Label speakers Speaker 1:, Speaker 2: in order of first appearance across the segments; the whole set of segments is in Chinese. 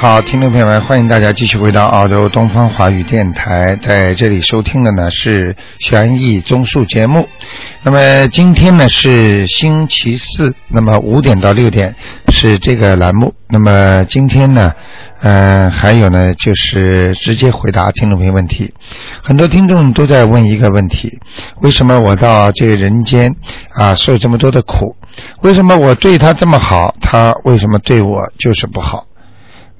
Speaker 1: 好，听众朋友们，欢迎大家继续回到澳洲东方华语电台，在这里收听的呢是悬疑综述节目。那么今天呢是星期四，那么五点到六点是这个栏目。那么今天呢，呃，还有呢就是直接回答听众朋友问题。很多听众都在问一个问题：为什么我到这个人间啊受这么多的苦？为什么我对他这么好，他为什么对我就是不好？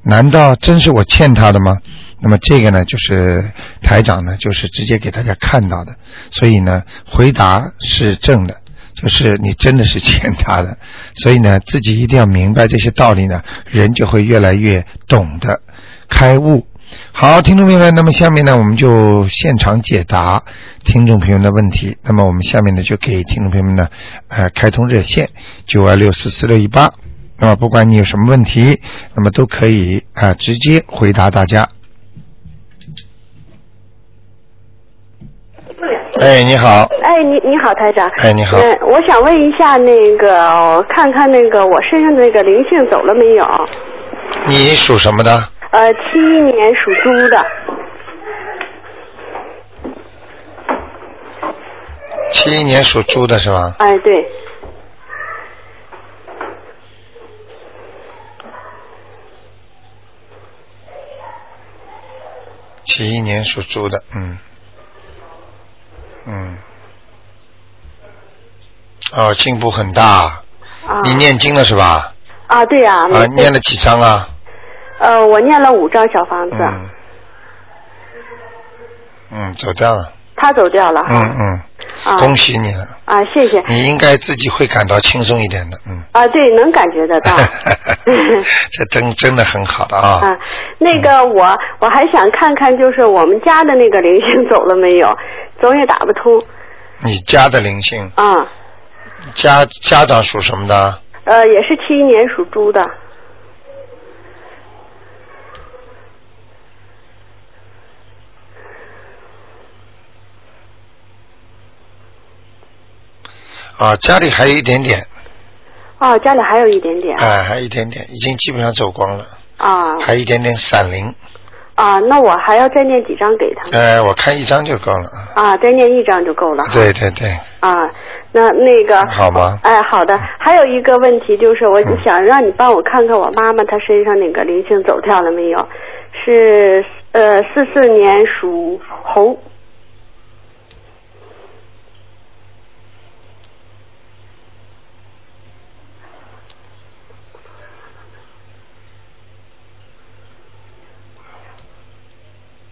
Speaker 1: 难道真是我欠他的吗？那么这个呢，就是台长呢，就是直接给大家看到的，所以呢，回答是正的，就是你真的是欠他的，所以呢，自己一定要明白这些道理呢，人就会越来越懂得开悟。好，听众朋友们，那么下面呢，我们就现场解答听众朋友的问题。那么我们下面呢，就给听众朋友们呢，呃，开通热线九二六四四六一八。那么不管你有什么问题，那么都可以啊、直接回答大家。哎，你好，
Speaker 2: 哎，你你好，台长。
Speaker 1: 哎，你好，
Speaker 2: 嗯，我想问一下，那个看看那个我身上的那个灵性走了没有？
Speaker 1: 你属什么的？
Speaker 2: 呃，七一年属猪的，
Speaker 1: 七一年属猪的是吧？
Speaker 2: 哎，对，
Speaker 1: 七一年属猪的，嗯，嗯，哦，进步很大。
Speaker 2: 啊
Speaker 1: 你念经了是吧？
Speaker 2: 啊，对呀、
Speaker 1: 啊，
Speaker 2: 每
Speaker 1: 念了几章啊？
Speaker 2: 呃，我念了五张小房子，
Speaker 1: 嗯，嗯，走掉了。
Speaker 2: 他走掉了，
Speaker 1: 嗯嗯，
Speaker 2: 啊
Speaker 1: 恭喜嗯你了，
Speaker 2: 啊，谢谢，
Speaker 1: 你应该自己会感到轻松一点的，嗯。
Speaker 2: 啊，对，能感 觉得到。
Speaker 1: 这真真的很好的啊。
Speaker 2: 啊，那个我我还想看看，就是我们家的那个灵性走了没有，总也打不通。
Speaker 1: 你家的灵性，
Speaker 2: 啊，
Speaker 1: 家家长属什么的？
Speaker 2: 呃，也是七一年属猪的。
Speaker 1: 啊，家里还有一点点，
Speaker 2: 哦，家里还有一点点
Speaker 1: 哎、还有一点点，已经基本上走光了，
Speaker 2: 啊
Speaker 1: 还有一点点散灵，
Speaker 2: 啊，那我还要再念几张给他们
Speaker 1: 哎、我看一张就够了啊。
Speaker 2: 啊，再念一张就够了哈
Speaker 1: 对对对，
Speaker 2: 啊。那那个
Speaker 1: 好吗？嗯
Speaker 2: 哎，好的。还有一个问题就是，我想让你帮我看看我妈妈她身上那个灵性走掉了没有？是呃，四四年属猴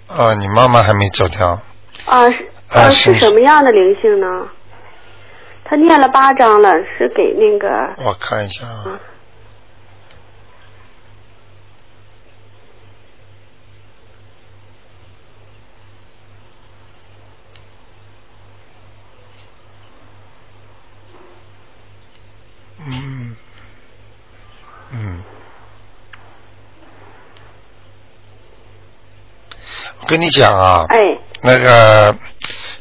Speaker 1: 啊，你妈妈还没走掉，
Speaker 2: 啊，是
Speaker 1: 啊
Speaker 2: 啊
Speaker 1: 是
Speaker 2: 是什么样的灵性呢？她念了八张了，是给那个
Speaker 1: 我看一下啊
Speaker 2: 嗯。
Speaker 1: 嗯嗯，我跟你讲啊，
Speaker 2: 哎
Speaker 1: 那个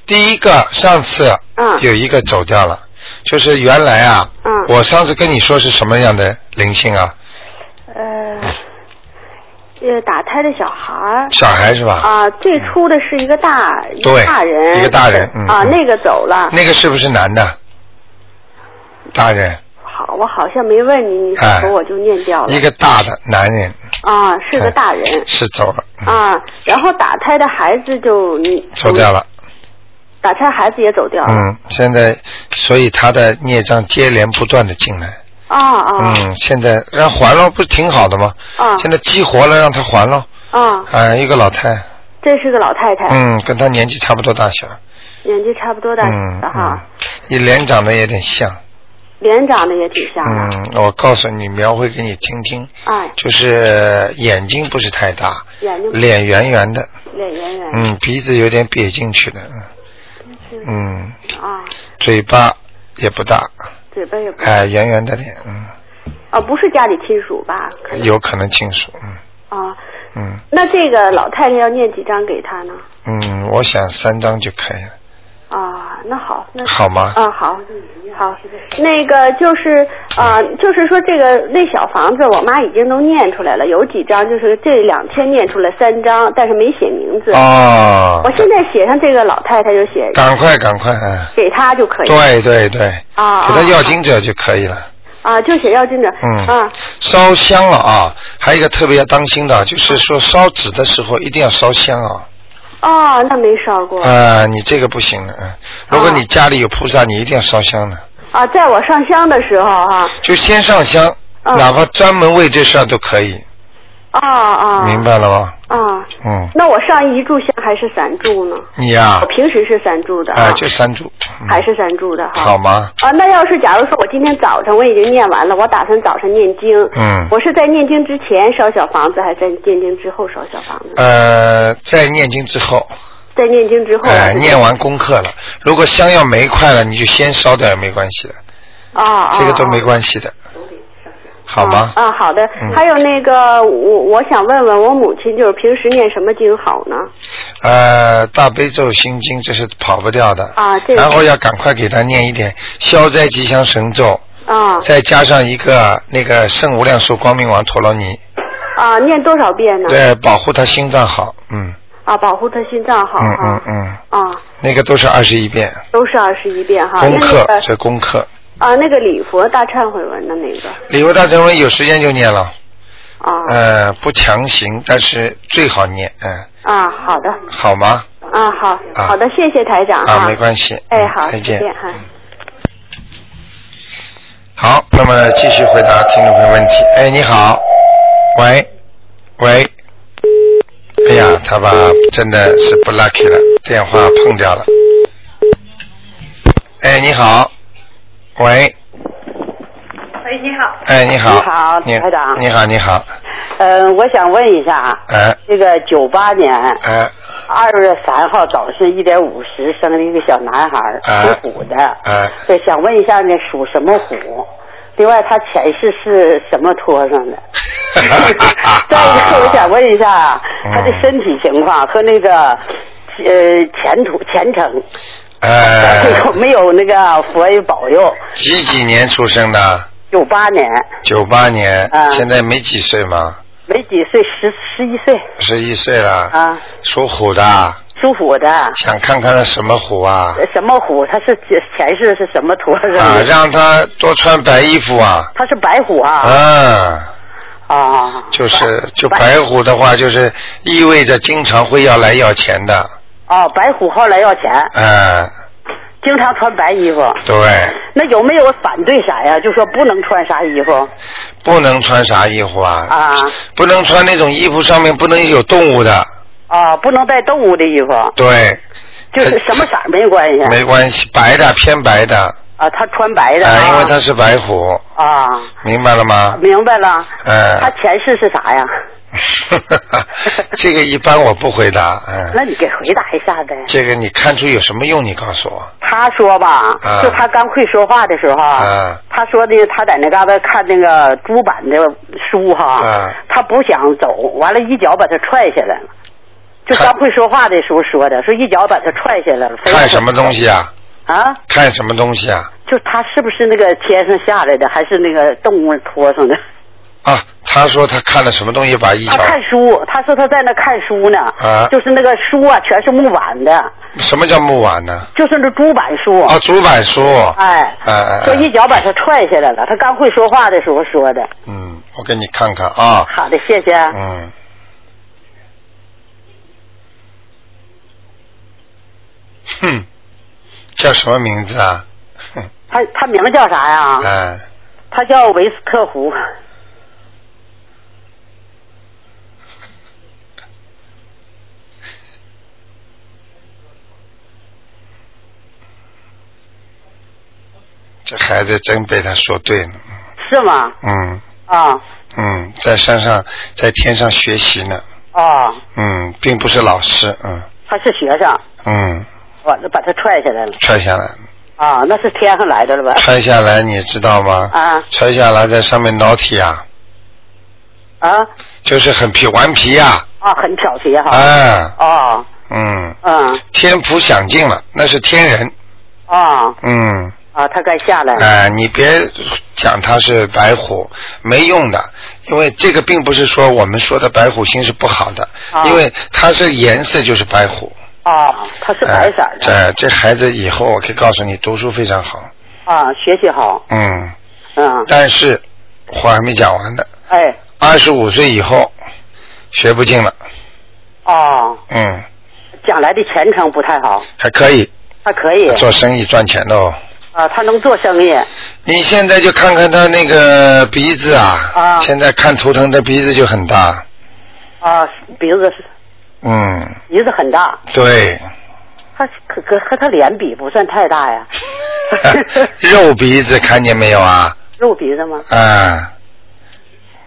Speaker 1: 第一个上次
Speaker 2: 嗯
Speaker 1: 有一个走掉了，就是原来啊，
Speaker 2: 嗯
Speaker 1: 我上次跟你说是什么样的灵性啊，
Speaker 2: 呃呃打胎的小孩儿。
Speaker 1: 小孩是吧？
Speaker 2: 啊，最初的是一个大一个
Speaker 1: 嗯对
Speaker 2: 大人，
Speaker 1: 一个大人嗯
Speaker 2: 啊，
Speaker 1: 嗯
Speaker 2: 那个走了。
Speaker 1: 那个是不是男的？大人，
Speaker 2: 好，我好像没问你，你
Speaker 1: 哎
Speaker 2: 说我就念掉了。
Speaker 1: 一个大的男人
Speaker 2: 啊，是个大人、
Speaker 1: 是走了，嗯
Speaker 2: 啊，然后打胎的孩子就你嗯
Speaker 1: 走掉，了。
Speaker 2: 打胎孩子也走掉了。
Speaker 1: 嗯，现在所以他的孽障接连不断的进来。
Speaker 2: 啊啊
Speaker 1: 嗯，现在让还了不是挺好的吗？
Speaker 2: 啊
Speaker 1: 现在激活了，让他还了。
Speaker 2: 啊！
Speaker 1: 啊、一个老太，
Speaker 2: 这是个老太太，
Speaker 1: 嗯，跟他年纪差不多大小。
Speaker 2: 年纪差不多大
Speaker 1: 嗯
Speaker 2: 的
Speaker 1: 嗯
Speaker 2: 哈，，
Speaker 1: 你脸长得有点像。
Speaker 2: 脸长得也挺像的。
Speaker 1: 嗯，我告诉你，描绘给你听听，
Speaker 2: 哎，
Speaker 1: 就是眼睛不是太大，
Speaker 2: 眼睛
Speaker 1: 脸圆圆的，
Speaker 2: 脸圆圆
Speaker 1: 嗯，鼻子有点瘪进去的，嗯，嗯，
Speaker 2: 啊，
Speaker 1: 嘴巴也不大，
Speaker 2: 嘴巴也不
Speaker 1: 哎、圆圆的脸，嗯，
Speaker 2: 啊，不是家里亲属吧？可能
Speaker 1: 有可能亲属，嗯
Speaker 2: 啊，
Speaker 1: 嗯
Speaker 2: 那这个老太太要念几张给她呢？
Speaker 1: 嗯，我想三张就可以了，
Speaker 2: 啊，啊，那好，那
Speaker 1: 好吗？
Speaker 2: 啊，好，好，那个就是啊、就是说这个那小房子，我妈已经都念出来了，有几张就是这两天念出来三张，但是没写名字。
Speaker 1: 哦
Speaker 2: 我，现在写上这个老太太就写
Speaker 1: 赶快赶快，哎
Speaker 2: 给她就可以。
Speaker 1: 对对对，给
Speaker 2: 啊
Speaker 1: 他要经者就可以了。
Speaker 2: 啊，就写要金者。
Speaker 1: 嗯
Speaker 2: 啊，
Speaker 1: 烧香了啊，还有一个特别要当心
Speaker 2: 嗯
Speaker 1: 的，就是说烧纸的时候一定要烧香啊。
Speaker 2: 哦，那没烧过。
Speaker 1: 啊，你这个不行的，嗯，如果
Speaker 2: 啊
Speaker 1: 你家里有菩萨，你一定要烧香的，
Speaker 2: 啊，在我上香的时候哈、
Speaker 1: 就先上香，
Speaker 2: 嗯
Speaker 1: 哪怕专门为这事儿都可以，
Speaker 2: 啊，啊啊，
Speaker 1: 明白了吗？
Speaker 2: 啊。
Speaker 1: 嗯，
Speaker 2: 那我上一炷香还是散炷呢？
Speaker 1: 你呀
Speaker 2: 我，平时是散炷的
Speaker 1: 哎，
Speaker 2: 啊，
Speaker 1: 啊就三柱，嗯
Speaker 2: 还是散炷的哈。
Speaker 1: 好吗？
Speaker 2: 啊，那要是假如说我今天早晨我已经念完了，我打算早晨念经。
Speaker 1: 嗯
Speaker 2: 我是在念经之前烧小房子，还是在念经之后烧小房子？
Speaker 1: 呃，在念经之后，
Speaker 2: 在念经之后。
Speaker 1: 哎，念完功课了，如果香要没快了，你就先烧掉也没关系的，
Speaker 2: 啊啊。
Speaker 1: 这个都没
Speaker 2: 啊
Speaker 1: 关系的，好吗？
Speaker 2: 啊，好的。
Speaker 1: 嗯
Speaker 2: 还有那个，我我想问问我母亲，就是平时念什么经好呢？
Speaker 1: 呃，大悲咒、心经这是跑不掉的。
Speaker 2: 啊这个
Speaker 1: 然后要赶快给他念一点消灾吉祥神咒，
Speaker 2: 啊
Speaker 1: 再加上一个那个圣无量寿光明王陀罗尼，
Speaker 2: 啊，念多少遍呢？
Speaker 1: 对，保护他心脏好。嗯
Speaker 2: 啊，保护她心脏好
Speaker 1: 嗯嗯
Speaker 2: 哈。
Speaker 1: 嗯，
Speaker 2: 啊，
Speaker 1: 那个都是二十一遍
Speaker 2: 都是二十一遍哈。
Speaker 1: 功课
Speaker 2: 啊那那，个
Speaker 1: 这功课。
Speaker 2: 啊，那个礼佛大忏悔文的那个
Speaker 1: 礼佛大乘文有时间就念了，
Speaker 2: 啊
Speaker 1: 呃，不强行，但是最好念，嗯，
Speaker 2: 啊，好的
Speaker 1: 好吗？
Speaker 2: 啊，好
Speaker 1: 啊
Speaker 2: 好的，谢谢台长
Speaker 1: 啊，
Speaker 2: 哈
Speaker 1: 没。关系。
Speaker 2: 哎，
Speaker 1: 嗯
Speaker 2: 好，
Speaker 1: 再
Speaker 2: 再
Speaker 1: 见。
Speaker 2: 见哈。
Speaker 1: 好，那么继续回答听众朋友问题。哎，你好，喂，喂，哎呀，他把真的是不 lucky 了，电话碰掉了。哎，你好，喂，
Speaker 3: 喂，你好。
Speaker 1: 哎，你好，
Speaker 3: 你好
Speaker 1: 你
Speaker 3: 台长
Speaker 1: 你好，你好，
Speaker 3: 呃，我想问一下啊，
Speaker 1: 哎
Speaker 3: 这个九八年
Speaker 1: 哎
Speaker 3: 二月三号早晨一点五十生了一个小男孩儿，
Speaker 1: 哎
Speaker 3: 属虎的。
Speaker 1: 哎，？
Speaker 3: 对，想问一下呢，属什么虎？另外，他前世是什么托上的再一个，我想问一下啊
Speaker 1: 嗯
Speaker 3: 他的身体情况和那个呃前途前程，
Speaker 1: 哎，
Speaker 3: 有没有那个佛爷保佑？
Speaker 1: 几几年出生的？
Speaker 3: 九八年，
Speaker 1: 九八年，
Speaker 3: 啊
Speaker 1: 现在没几岁嘛，
Speaker 3: 没几岁，十十一岁
Speaker 1: 十一岁了，
Speaker 3: 啊，
Speaker 1: 属虎的，
Speaker 3: 属虎的。
Speaker 1: 想看看他什么虎啊？
Speaker 3: 什么呃虎？他是前前世是什么图？是
Speaker 1: 啊，让他多穿白衣服啊。
Speaker 3: 他是白虎啊
Speaker 1: 啊，
Speaker 3: 啊！
Speaker 1: 就是就
Speaker 3: 白
Speaker 1: 白虎的话，就是意味着经常会要来要钱的，
Speaker 3: 哦，白虎后来要钱，
Speaker 1: 啊，
Speaker 3: 经常穿白衣服。
Speaker 1: 对，
Speaker 3: 那有没有反对啥呀？就说不能穿啥衣服
Speaker 1: 不能穿啥衣服啊？
Speaker 3: 啊
Speaker 1: 不能穿那种衣服上面不能有动物的，
Speaker 3: 啊，不能带动物的衣服，
Speaker 1: 对，
Speaker 3: 就是什么色儿没关系
Speaker 1: 没关系，白的偏白的，
Speaker 3: 啊。他穿白的
Speaker 1: 啊，因为他是白虎，
Speaker 3: 啊，
Speaker 1: 明白了吗？
Speaker 3: 明白了。
Speaker 1: 嗯
Speaker 3: 他前世是啥呀？
Speaker 1: 啊这个一般我不回答，
Speaker 3: 那
Speaker 1: 嗯，
Speaker 3: 你给回答一下呗。
Speaker 1: 这个你看出有什么用？你告诉我，
Speaker 3: 他说吧
Speaker 1: 啊，
Speaker 3: 就他刚会说话的时候，
Speaker 1: 啊
Speaker 3: 他说的他在那嘎达看那个朱版的书哈，
Speaker 1: 啊
Speaker 3: 他不想走，完了一脚把他踹下来了。就
Speaker 1: 看
Speaker 3: 刚会说话的时候说的，说一脚把他踹下来了。非要
Speaker 1: 看什么东西啊？
Speaker 3: 啊？
Speaker 1: 看什么东西啊？
Speaker 3: 就他是不是那个天上下来的，还是那个动物拖上的？
Speaker 1: 啊，他说他看了什么东西把一
Speaker 3: 他
Speaker 1: 条
Speaker 3: 看书，他说他在那看书呢，
Speaker 1: 啊
Speaker 3: 就是那个书啊，全是木板的，
Speaker 1: 什么叫木碗呢？
Speaker 3: 就是那朱板书。
Speaker 1: 啊，主板书。
Speaker 3: 哎，
Speaker 1: 哎哎
Speaker 3: 说一脚把他踹下来了。他刚会说话的时候说的。
Speaker 1: 嗯，我给你看看啊。
Speaker 3: 好的，谢谢。
Speaker 1: 嗯。哼，叫什么名字啊？哼，
Speaker 3: 他他名叫 啥呀？
Speaker 1: 哎，
Speaker 3: 他叫维斯特胡。
Speaker 1: 这孩子真被他说对了。
Speaker 3: 是吗？
Speaker 1: 嗯
Speaker 3: 啊
Speaker 1: 嗯，在山上，在天上学习呢。
Speaker 3: 啊，
Speaker 1: 嗯，并不是老师。嗯
Speaker 3: 他是学生，
Speaker 1: 嗯，
Speaker 3: 完了把他踹下来了。
Speaker 1: 踹下来，
Speaker 3: 啊，那是天上来的了 吧？
Speaker 1: 踹下来，你知道吗？
Speaker 3: 啊
Speaker 1: 踹下来，在上面挠体啊。
Speaker 3: 啊
Speaker 1: 就是很皮顽皮呀、
Speaker 3: 啊，很调皮
Speaker 1: 啊，
Speaker 3: 哈。哦
Speaker 1: 嗯，
Speaker 3: 嗯
Speaker 1: 天福享尽了，那是天人，
Speaker 3: 吗？
Speaker 1: 嗯，
Speaker 3: 啊，他该下来
Speaker 1: 哎、
Speaker 3: 了。
Speaker 1: 你别讲它是白虎，没用的，因为这个并不是说我们说的白虎星是不好的，
Speaker 3: 啊
Speaker 1: 因为它是颜色就是白虎。
Speaker 3: 啊，他是白
Speaker 1: 哎
Speaker 3: 色儿
Speaker 1: 这、
Speaker 3: 的。
Speaker 1: 这孩子以后我可以告诉你，读书非常好。
Speaker 3: 啊，学习好。
Speaker 1: 嗯，
Speaker 3: 嗯，
Speaker 1: 但是话还没讲完呢，
Speaker 3: 哎，
Speaker 1: 二十五岁以后学不进了。
Speaker 3: 哦，
Speaker 1: 嗯，
Speaker 3: 将来的前程不太好。
Speaker 1: 还可以
Speaker 3: 他可以
Speaker 1: 做生意赚钱的哦。
Speaker 3: 啊，他能做生意。
Speaker 1: 你现在就看看他那个鼻子啊，
Speaker 3: 啊
Speaker 1: 现在看图腾的鼻子就很大。
Speaker 3: 啊，鼻子是
Speaker 1: 嗯，
Speaker 3: 鼻子很大，
Speaker 1: 对，，
Speaker 3: 他可可和他脸比不算太大呀
Speaker 1: 肉鼻子看见没有啊？
Speaker 3: 肉鼻子吗？
Speaker 1: 啊，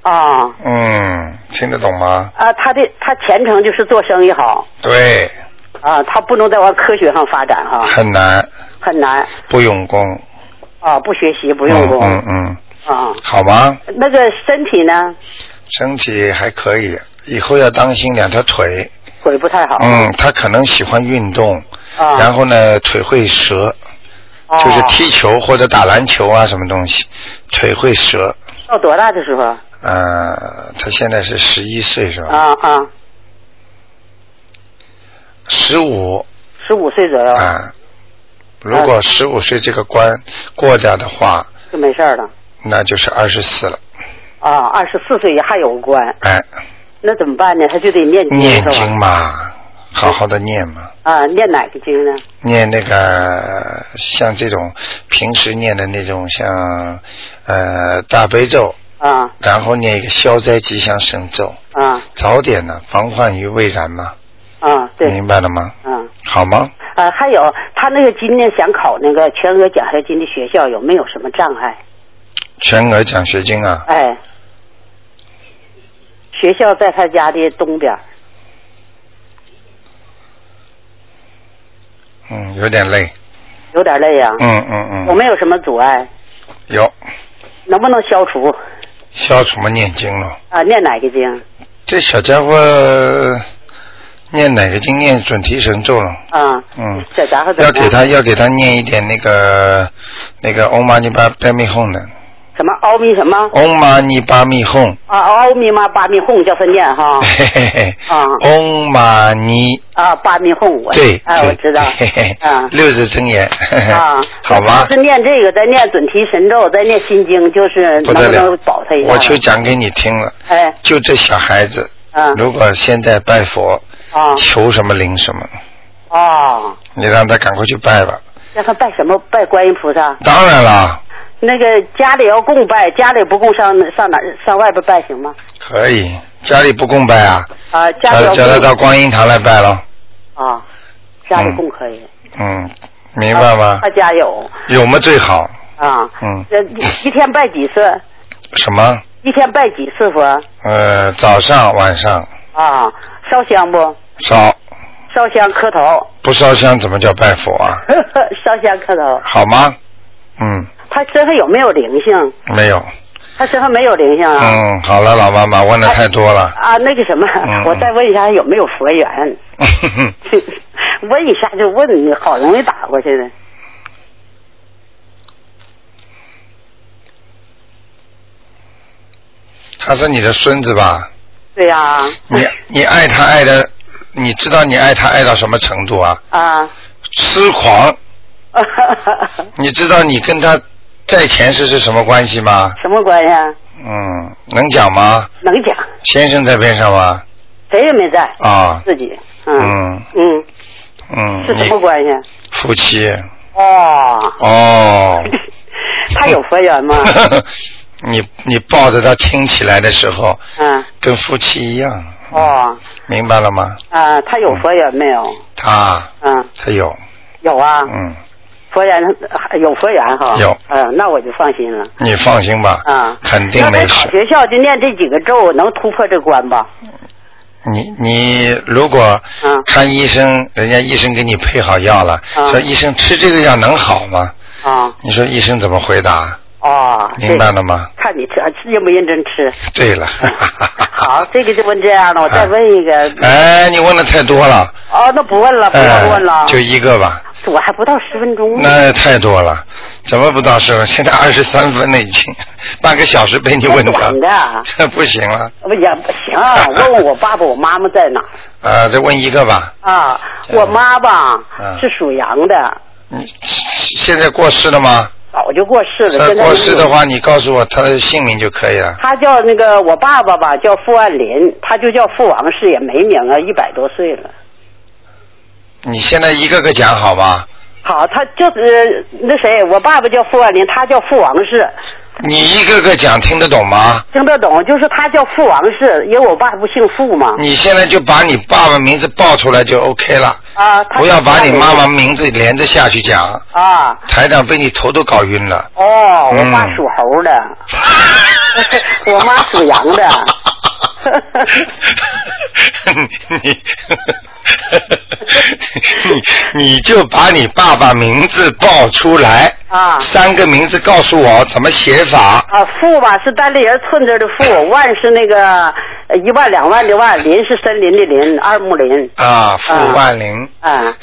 Speaker 3: 啊
Speaker 1: 嗯，听得懂吗？
Speaker 3: 啊，他的他前程就是做生意好
Speaker 1: 对，
Speaker 3: 啊，他不能再往科学上发展哈、
Speaker 1: 很难，
Speaker 3: 很难
Speaker 1: 不用功，
Speaker 3: 啊，不学习不用功、
Speaker 1: 嗯嗯嗯，
Speaker 3: 啊。
Speaker 1: 好吗？
Speaker 3: 那个身体呢，
Speaker 1: 身体还可以，以后要当心两条腿。
Speaker 3: 腿不太好，
Speaker 1: 嗯，他可能喜欢运动，
Speaker 3: 啊，
Speaker 1: 然后呢腿会折，
Speaker 3: 哦
Speaker 1: 就是踢球或者打篮球啊什么东西，腿会折。
Speaker 3: 到多大的时候
Speaker 1: 呃，他现在是十一岁是吧？
Speaker 3: 啊啊，
Speaker 1: 十五
Speaker 3: 十五岁左右、
Speaker 1: 啊，如果十五岁这个关过掉的话，
Speaker 3: 就没事儿了
Speaker 1: 那就是二十四了。
Speaker 3: 啊，二十四岁还有关，
Speaker 1: 哎，
Speaker 3: 那怎么办呢？他就得念
Speaker 1: 念
Speaker 3: 是
Speaker 1: 经
Speaker 3: 吧？
Speaker 1: 嘛，好好的念嘛，
Speaker 3: 啊，念哪个经呢？
Speaker 1: 念那个像这种平时念的那种像呃大悲咒，
Speaker 3: 啊
Speaker 1: 然后念一个消灾吉祥神咒，
Speaker 3: 啊
Speaker 1: 早点呢防患于未然嘛，
Speaker 3: 啊，对，
Speaker 1: 明白了吗？
Speaker 3: 嗯。
Speaker 1: 好吗？
Speaker 3: 啊，还有他那个今年想考那个全额奖学金的学校，有没有什么障碍？
Speaker 1: 全额奖学金啊，
Speaker 3: 哎，学校在他家的东边儿
Speaker 1: 嗯，有点累，
Speaker 3: 有点累呀、
Speaker 1: 嗯嗯
Speaker 3: 有
Speaker 1: 嗯，
Speaker 3: 没有什么阻碍？
Speaker 1: 有
Speaker 3: 能不能消除？
Speaker 1: 消除嘛念经了，
Speaker 3: 啊，念哪个经？
Speaker 1: 这小家伙念哪个经念准提神咒了？
Speaker 3: 啊，
Speaker 1: 嗯
Speaker 3: 这家伙怎
Speaker 1: 要
Speaker 3: 么
Speaker 1: 给
Speaker 3: 样？
Speaker 1: 他要给他念一点那个那个欧玛尼巴巴密哄的，
Speaker 3: 什么奥秘什么？
Speaker 1: 欧玛尼巴密哄，
Speaker 3: 啊，奥秘嘛，巴密哄叫他念哈。
Speaker 1: 嘿嘿嘿，
Speaker 3: 啊
Speaker 1: 欧玛尼，
Speaker 3: 啊，巴密哄我。
Speaker 1: 对，
Speaker 3: 哎，我
Speaker 1: 对
Speaker 3: 知道
Speaker 1: 嘿嘿。
Speaker 3: 啊。
Speaker 1: 六字真言，嘿嘿
Speaker 3: 啊，
Speaker 1: 好吧
Speaker 3: 他，是念这个，再念准提神咒，再念心经，就是
Speaker 1: 不
Speaker 3: 能
Speaker 1: 得
Speaker 3: 不
Speaker 1: 了
Speaker 3: 能保他一，下？
Speaker 1: 我就讲给你听了，
Speaker 3: 哎，
Speaker 1: 就这小孩子，
Speaker 3: 嗯，
Speaker 1: 如果现在拜佛，
Speaker 3: 啊
Speaker 1: 求什么灵什么，
Speaker 3: 啊，
Speaker 1: 你让他赶快去拜吧。
Speaker 3: 让他拜什么？拜观音菩萨。
Speaker 1: 当然了，
Speaker 3: 那个家里要供拜，家里不供上上哪儿上外边拜行吗？
Speaker 1: 可以，家里不供拜啊，
Speaker 3: 啊，家里
Speaker 1: 叫
Speaker 3: 要
Speaker 1: 叫他
Speaker 3: 供
Speaker 1: 到观音堂来拜咯。
Speaker 3: 啊，家里供可以。
Speaker 1: 嗯，明白吗
Speaker 3: 啊？他家有
Speaker 1: 有么最好？
Speaker 3: 啊。
Speaker 1: 嗯
Speaker 3: 这一一天拜几次？
Speaker 1: 什么？
Speaker 3: 一天拜几次佛？
Speaker 1: 呃，早上晚上
Speaker 3: 啊，烧香不？
Speaker 1: 烧，
Speaker 3: 烧香磕头，
Speaker 1: 不烧香怎么叫拜佛啊？
Speaker 3: 烧香磕头。
Speaker 1: 好吗？嗯，
Speaker 3: 他身上有没有灵性？
Speaker 1: 没有。
Speaker 3: 啊他身上没有灵性啊。
Speaker 1: 嗯，好了，老妈妈问的太多了。
Speaker 3: 啊，那个什么，
Speaker 1: 嗯
Speaker 3: 我再问一下有没有佛缘？ 问一下就问你，好容易打过去的。
Speaker 1: 他是你的孙子吧？
Speaker 3: 对呀、嗯
Speaker 1: 你你爱他爱的，你知道你爱他爱到什么程度啊？
Speaker 3: 啊，
Speaker 1: 痴狂！你知道你跟他在前世是什么关系吗？
Speaker 3: 什么关系？啊？
Speaker 1: 嗯，能讲吗？
Speaker 3: 能讲，
Speaker 1: 先生在边上吗？
Speaker 3: 谁也没在，
Speaker 1: 啊，
Speaker 3: 自己。嗯
Speaker 1: 嗯
Speaker 3: 嗯，
Speaker 1: 嗯，
Speaker 3: 是什
Speaker 1: 你
Speaker 3: 么关系？
Speaker 1: 夫妻
Speaker 3: 哦，
Speaker 1: 哦。
Speaker 3: 他有佛缘吗？
Speaker 1: 你你抱着他亲起来的时候，
Speaker 3: 嗯，
Speaker 1: 跟夫妻一样，
Speaker 3: 哦，
Speaker 1: 明白了吗？
Speaker 3: 啊，他有佛缘没有？
Speaker 1: 他
Speaker 3: 嗯，
Speaker 1: 他有，
Speaker 3: 有啊，
Speaker 1: 嗯，
Speaker 3: 佛缘有佛缘哈。
Speaker 1: 有
Speaker 3: 嗯，那我就放心了。
Speaker 1: 你放心吧，
Speaker 3: 啊，
Speaker 1: 肯定
Speaker 3: 要
Speaker 1: 没
Speaker 3: 在考
Speaker 1: 事。
Speaker 3: 学校就念这几个咒，能突破这关吧？
Speaker 1: 你你如果
Speaker 3: 嗯
Speaker 1: 看医生，人家医生给你配好药了，
Speaker 3: 嗯
Speaker 1: 说医生吃这个药能好吗？
Speaker 3: 啊，
Speaker 1: 你说医生怎么回答？
Speaker 3: 哦，
Speaker 1: 明
Speaker 3: 这
Speaker 1: 白了吗？
Speaker 3: 看你吃认不认真吃。
Speaker 1: 对了，
Speaker 3: 好，
Speaker 1: 嗯
Speaker 3: 这个就问这样了，我再问一个。
Speaker 1: 哎，你问的太多了，
Speaker 3: 哦，那不问了，不要问了。
Speaker 1: 嗯哎
Speaker 3: 嗯
Speaker 1: 就一个吧。
Speaker 3: 我还不到十分钟呢。
Speaker 1: 那太多了，怎么不到十分？现在二十三分了，已经 半个小时被你问到
Speaker 3: 短，的，
Speaker 1: 不行了
Speaker 3: 不也不 行啊，问问我爸爸、我妈妈在哪儿
Speaker 1: 啊！再问一个吧，
Speaker 3: 啊？
Speaker 1: 嗯
Speaker 3: 我妈吧
Speaker 1: 嗯
Speaker 3: 是属羊的，
Speaker 1: 你现在过世了吗？
Speaker 3: 早就过世了。
Speaker 1: 他
Speaker 3: 现在
Speaker 1: 过世的
Speaker 3: 有
Speaker 1: 话，你告诉我他的姓名就可以了。
Speaker 3: 他叫那个我爸爸吧，叫傅万林，他就叫傅王氏，也没名啊，一百多岁了。
Speaker 1: 你现在一个个讲好吗？
Speaker 3: 好，他就是呃那谁，我爸爸叫傅万林，他叫傅王氏，
Speaker 1: 你一个个讲听得懂吗？
Speaker 3: 听得懂？就是他叫傅王氏，因为我爸不姓傅嘛。
Speaker 1: 你现在就把你爸爸名字报出来就 OK 了，
Speaker 3: 啊，他
Speaker 1: 不要把你妈妈
Speaker 3: 叫傅万林
Speaker 1: 名字连着下去讲。
Speaker 3: 啊。
Speaker 1: 台长被你头都搞晕了。
Speaker 3: 哦，
Speaker 1: 嗯
Speaker 3: 我爸属猴的， 我妈属羊的。
Speaker 1: 你你你就把你爸爸名字报出来，
Speaker 3: 啊
Speaker 1: 三个名字告诉我怎么写法。
Speaker 3: 啊，傅吧是单立人寸字的 傅，万是那个呃一万两万的万，林是森林的林，二木林。
Speaker 1: 啊，傅
Speaker 3: 啊
Speaker 1: 万林。
Speaker 3: 啊，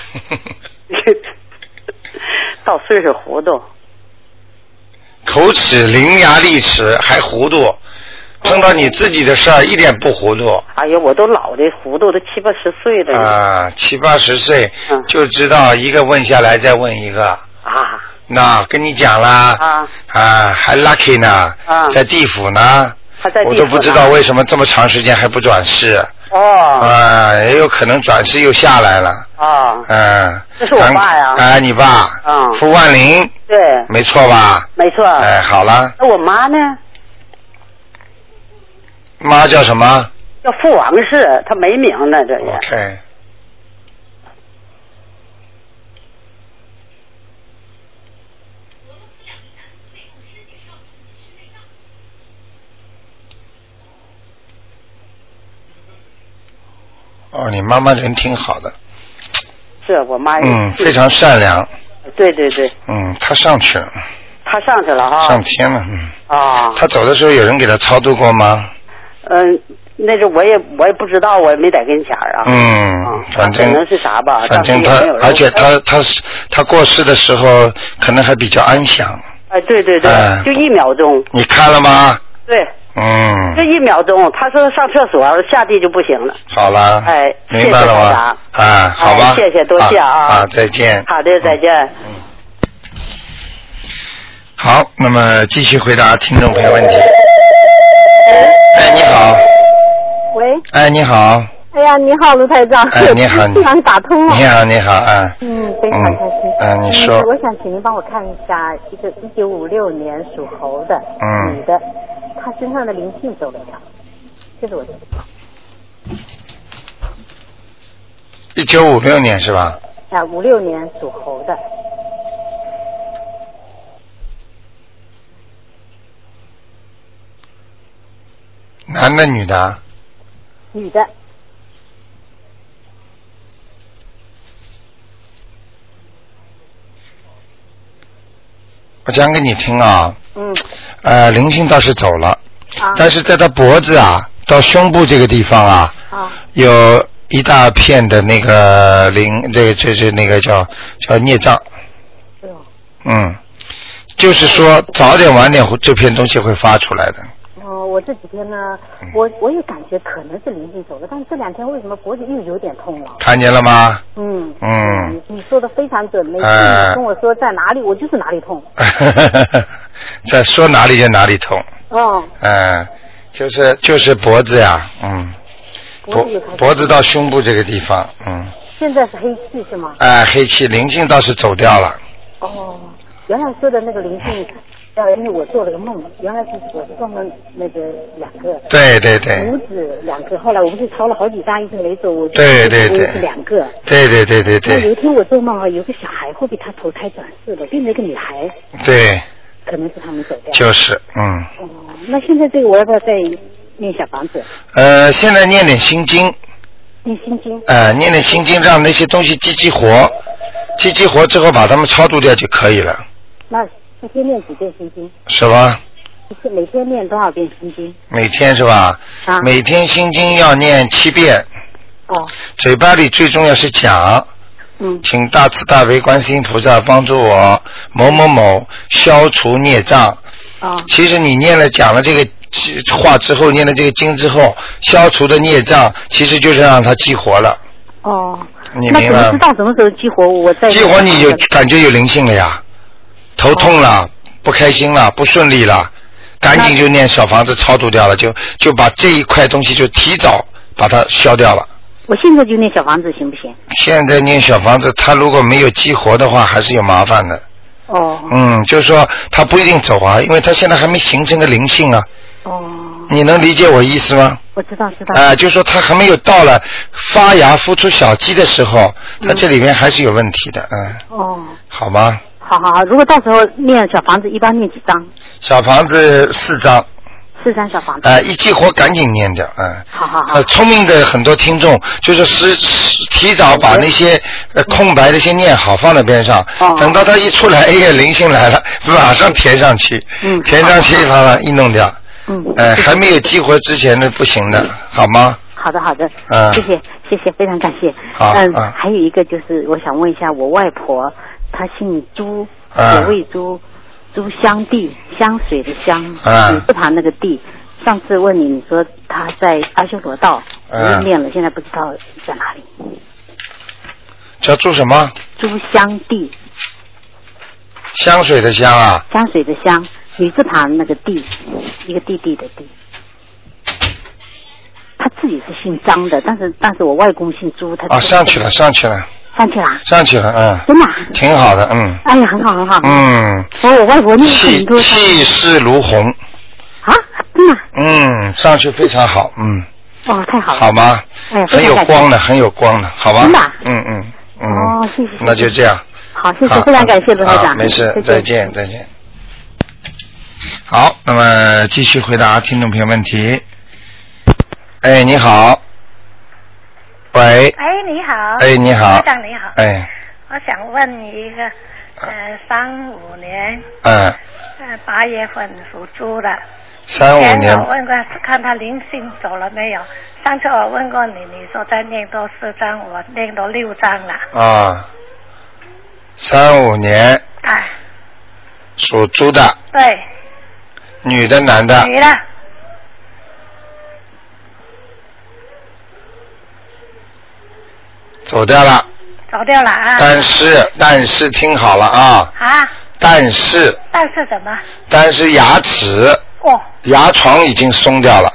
Speaker 3: 到岁数糊涂。
Speaker 1: 口齿伶牙俐齿，还糊涂。碰到你自己的事儿一点不糊涂
Speaker 3: 哎呀，我都老的糊涂，都七八十岁的了
Speaker 1: 啊，七八十岁
Speaker 3: 嗯
Speaker 1: 就知道一个问下来再问一个，
Speaker 3: 啊
Speaker 1: 那跟你讲啦
Speaker 3: 啊！
Speaker 1: 啊，还 lucky 呢
Speaker 3: 啊，
Speaker 1: 在地府呢，
Speaker 3: 他在地
Speaker 1: 我都不
Speaker 3: 府
Speaker 1: 知
Speaker 3: 呢
Speaker 1: 道为什么这么长时间还不转世
Speaker 3: 哦
Speaker 1: 啊，也有可能转世又下来了，
Speaker 3: 哦，
Speaker 1: 嗯，
Speaker 3: 这是我爸呀
Speaker 1: 啊，你爸，
Speaker 3: 嗯啊
Speaker 1: 傅万林，
Speaker 3: 对，
Speaker 1: 没错吧？
Speaker 3: 没错。
Speaker 1: 哎，好了，
Speaker 3: 那我妈呢？
Speaker 1: 妈叫什么
Speaker 3: 叫傅王氏，她没名呢，这也
Speaker 1: ？OK。哦，你妈妈人挺好的，
Speaker 3: 是我妈也
Speaker 1: 嗯，
Speaker 3: 是
Speaker 1: 非常善良，
Speaker 3: 对对对，
Speaker 1: 嗯，她上去了，
Speaker 3: 她上去了哈
Speaker 1: 上天了，嗯，
Speaker 3: 啊，
Speaker 1: 她走的时候有人给她超度过吗？
Speaker 3: 嗯，那是我也我也不知道，我也没在跟前儿啊。
Speaker 1: 嗯，反正
Speaker 3: 可能是啥吧，
Speaker 1: 反正
Speaker 3: 当
Speaker 1: 他
Speaker 3: 时也没有，人
Speaker 1: 而且他他是他过世的时候可能还比较安详，
Speaker 3: 哎，对对对
Speaker 1: 哎，
Speaker 3: 就一秒钟，
Speaker 1: 你看了吗？
Speaker 3: 对，就
Speaker 1: 嗯，
Speaker 3: 一秒钟。他说上厕所下地就不行了。
Speaker 1: 好啦，
Speaker 3: 哎谢谢
Speaker 1: 明白了
Speaker 3: 台
Speaker 1: 吗
Speaker 3: 长？
Speaker 1: 啊，好吧，
Speaker 3: 哎谢谢多谢
Speaker 1: 啊
Speaker 3: 啊
Speaker 1: 啊，再见。
Speaker 3: 好的，再见。
Speaker 1: 好，那么继续回答听众朋友问题。哎，你好，
Speaker 4: 喂，
Speaker 1: 哎，你好，
Speaker 4: 哎呀，你好，卢台长，
Speaker 1: 哎，你 好，你
Speaker 4: 竟然打通了。
Speaker 3: 嗯
Speaker 1: 你好，你好，啊，
Speaker 4: 嗯，非常开心。
Speaker 1: 嗯啊你说
Speaker 4: 我想请您帮我看一下一个一九五六年属猴的
Speaker 1: 嗯
Speaker 4: 女的，她身上的灵性走了没有？这是我的。
Speaker 1: 一九五六年是吧？
Speaker 4: 啊，五六年属猴的，
Speaker 1: 男的女的啊？
Speaker 4: 女的，
Speaker 1: 我讲给你听啊，
Speaker 4: 嗯
Speaker 1: 呃，灵性倒是走了，
Speaker 4: 啊
Speaker 1: 但是在他脖子啊到胸部这个地方啊，
Speaker 4: 啊
Speaker 1: 有一大片的那个灵，这这这那个叫叫孽障，
Speaker 4: 哎呦，
Speaker 1: 嗯，就是说早点晚点会这片东西会发出来的，
Speaker 4: 哦，我这几天呢，
Speaker 1: 嗯
Speaker 4: 我我也感觉可能是灵性走了，但是这两天为什么脖子又有点痛了？
Speaker 1: 看见了吗？
Speaker 4: 嗯
Speaker 1: 嗯
Speaker 4: 你你说的非常准，每次
Speaker 1: 哎
Speaker 4: 你跟我说在哪里，我就是哪里痛。
Speaker 1: 在说哪里就哪里痛，
Speaker 4: 哦，
Speaker 1: 嗯、就是就是脖子呀、嗯，
Speaker 4: 脖
Speaker 1: 脖
Speaker 4: 子有开始
Speaker 1: 脖子到胸部这个地方，嗯，
Speaker 4: 现在是黑气是吗？
Speaker 1: 哎、黑气灵性倒是走掉了，
Speaker 4: 哦，原来说的那个灵性，
Speaker 1: 哎
Speaker 4: 呃，因为我做了个梦，原来是我是做梦那个两个
Speaker 1: 对对对。
Speaker 4: 拇指两个，后来我不是抄了好几张，一直没走，我就
Speaker 1: 对对
Speaker 4: 我也
Speaker 1: 对，
Speaker 4: 是两个。
Speaker 1: 对对对对
Speaker 4: 那有一
Speaker 1: 对
Speaker 4: 天我做梦啊，有个小孩会被他投胎转世的，变成一个女孩，
Speaker 1: 对，
Speaker 4: 可能是他们走掉。
Speaker 1: 就是嗯
Speaker 4: 哦，那现在这个我要不要再念小房子，
Speaker 1: 呃，现在念点心经，
Speaker 4: 念心经？
Speaker 1: 呃，念点心经，让那些东西激激活，激激活之后把它们超度掉就可以了，
Speaker 4: 那那先念几遍心经？
Speaker 1: 是吧？
Speaker 4: 一天每天念多少遍心经？
Speaker 1: 每天是吧？
Speaker 4: 啊
Speaker 1: 每天心经要念七遍，
Speaker 4: 哦
Speaker 1: 嘴巴里最重要是讲，
Speaker 4: 嗯
Speaker 1: 请大慈大悲观世音菩萨帮助我某某某消除孽障。
Speaker 4: 啊
Speaker 1: 其实你念了讲了这个话之后，念了这个经之后，消除的孽障其实就是让它激活了。
Speaker 4: 哦，
Speaker 1: 你
Speaker 4: 那
Speaker 1: 明
Speaker 4: 怎么
Speaker 1: 白
Speaker 4: 知道什么时候激活？我在
Speaker 1: 激活你就感觉有灵性了呀，头痛了，不开心了，不顺利了，赶紧就念小房子超度掉了，就就把这一块东西就提早把它消掉了。
Speaker 4: 我现在就念小房子行不行？
Speaker 1: 现在念小房子，它如果没有激活的话，还是有麻烦的。
Speaker 4: 哦
Speaker 1: 嗯，就是说它不一定走啊，因为它现在还没形成个灵性啊。
Speaker 4: 哦，
Speaker 1: 你能理解我意思吗？
Speaker 4: 我知道知道。
Speaker 1: 啊、就是说它还没有到了发芽孵出小鸡的时候，它这里面还是有问题的。嗯，
Speaker 4: 哦，
Speaker 1: 好吗？
Speaker 4: 好好好，如果到时候念小房子，一般念几张？
Speaker 1: 小房子四张。
Speaker 4: 四张小房子。
Speaker 1: 啊，一激活赶紧念掉，嗯。
Speaker 4: 好好好
Speaker 1: 呃，。聪明的很多听众就是是是提早把那些呃空白的先念好，放在边上
Speaker 4: 哦，
Speaker 1: 等到它一出来，哎呀，灵性来 了，马上填上去，
Speaker 4: 嗯
Speaker 1: 填上去，把它一弄掉，
Speaker 4: 嗯。
Speaker 1: 呃，还没有激活之前的不行的，好吗？
Speaker 4: 好的，好的，
Speaker 1: 嗯
Speaker 4: 谢谢，谢谢，非常感谢。
Speaker 1: 好
Speaker 4: 嗯，
Speaker 1: 嗯
Speaker 4: 还有一个就是，我想问一下，我外婆她姓朱，
Speaker 1: 嗯
Speaker 4: 所谓朱，朱香娣，香水的香，
Speaker 1: 嗯
Speaker 4: 女字旁那个娣。上次问你，你说她在阿修罗道，我
Speaker 1: 嗯
Speaker 4: 又念了，现在不知道在哪里。
Speaker 1: 叫做什么？
Speaker 4: 朱香娣，
Speaker 1: 香水的香啊，
Speaker 4: 香水的香，女字旁那个娣，一个弟弟的弟。她自己是姓张的，但是但是我外公姓朱，她
Speaker 1: 啊，上去了，上去了，
Speaker 4: 上去了啊，
Speaker 1: 上去了，嗯，
Speaker 4: 真的啊。
Speaker 1: 挺好的，嗯
Speaker 4: 哎呀，很好很好。
Speaker 1: 嗯，
Speaker 4: 我我外婆念过很
Speaker 1: 气
Speaker 4: 多张
Speaker 1: 气势如虹，
Speaker 4: 啊，真的啊
Speaker 1: 嗯，上去非常好，嗯。
Speaker 4: 哇，太好了，
Speaker 1: 好吗？
Speaker 4: 哎呀
Speaker 1: 很有光的，很有光的，好吧？
Speaker 4: 真的啊
Speaker 1: 嗯嗯嗯。
Speaker 4: 哦谢谢谢谢
Speaker 1: 那就这样。
Speaker 4: 好，谢
Speaker 1: 好
Speaker 4: 谢，非常感谢卢台
Speaker 1: 啊
Speaker 4: 长，
Speaker 1: 没事，再见，再见。好，那么继续回答听众朋友问题。哎，你好。喂。
Speaker 5: 哎，你好。
Speaker 1: 哎，你好。
Speaker 5: 台长你好。
Speaker 1: 哎，啊
Speaker 5: 我想问你一个，呃，三五年，
Speaker 1: 嗯，
Speaker 5: 呃，八月份属猪的。
Speaker 1: 三五
Speaker 5: 以前
Speaker 1: 年
Speaker 5: 我问过，看他灵性走了没有？上次我问过你，你说再念多四张，我念多六张了。
Speaker 1: 啊，三五年
Speaker 5: 哎，
Speaker 1: 属猪的，
Speaker 5: 对，
Speaker 1: 女的男的，
Speaker 5: 女的，
Speaker 1: 走掉了。
Speaker 5: 走掉了啊。
Speaker 1: 但是但是听好了啊，
Speaker 5: 啊，
Speaker 1: 但是
Speaker 5: 但是什么？
Speaker 1: 但是牙齿
Speaker 5: 哦
Speaker 1: 牙床已经松掉了，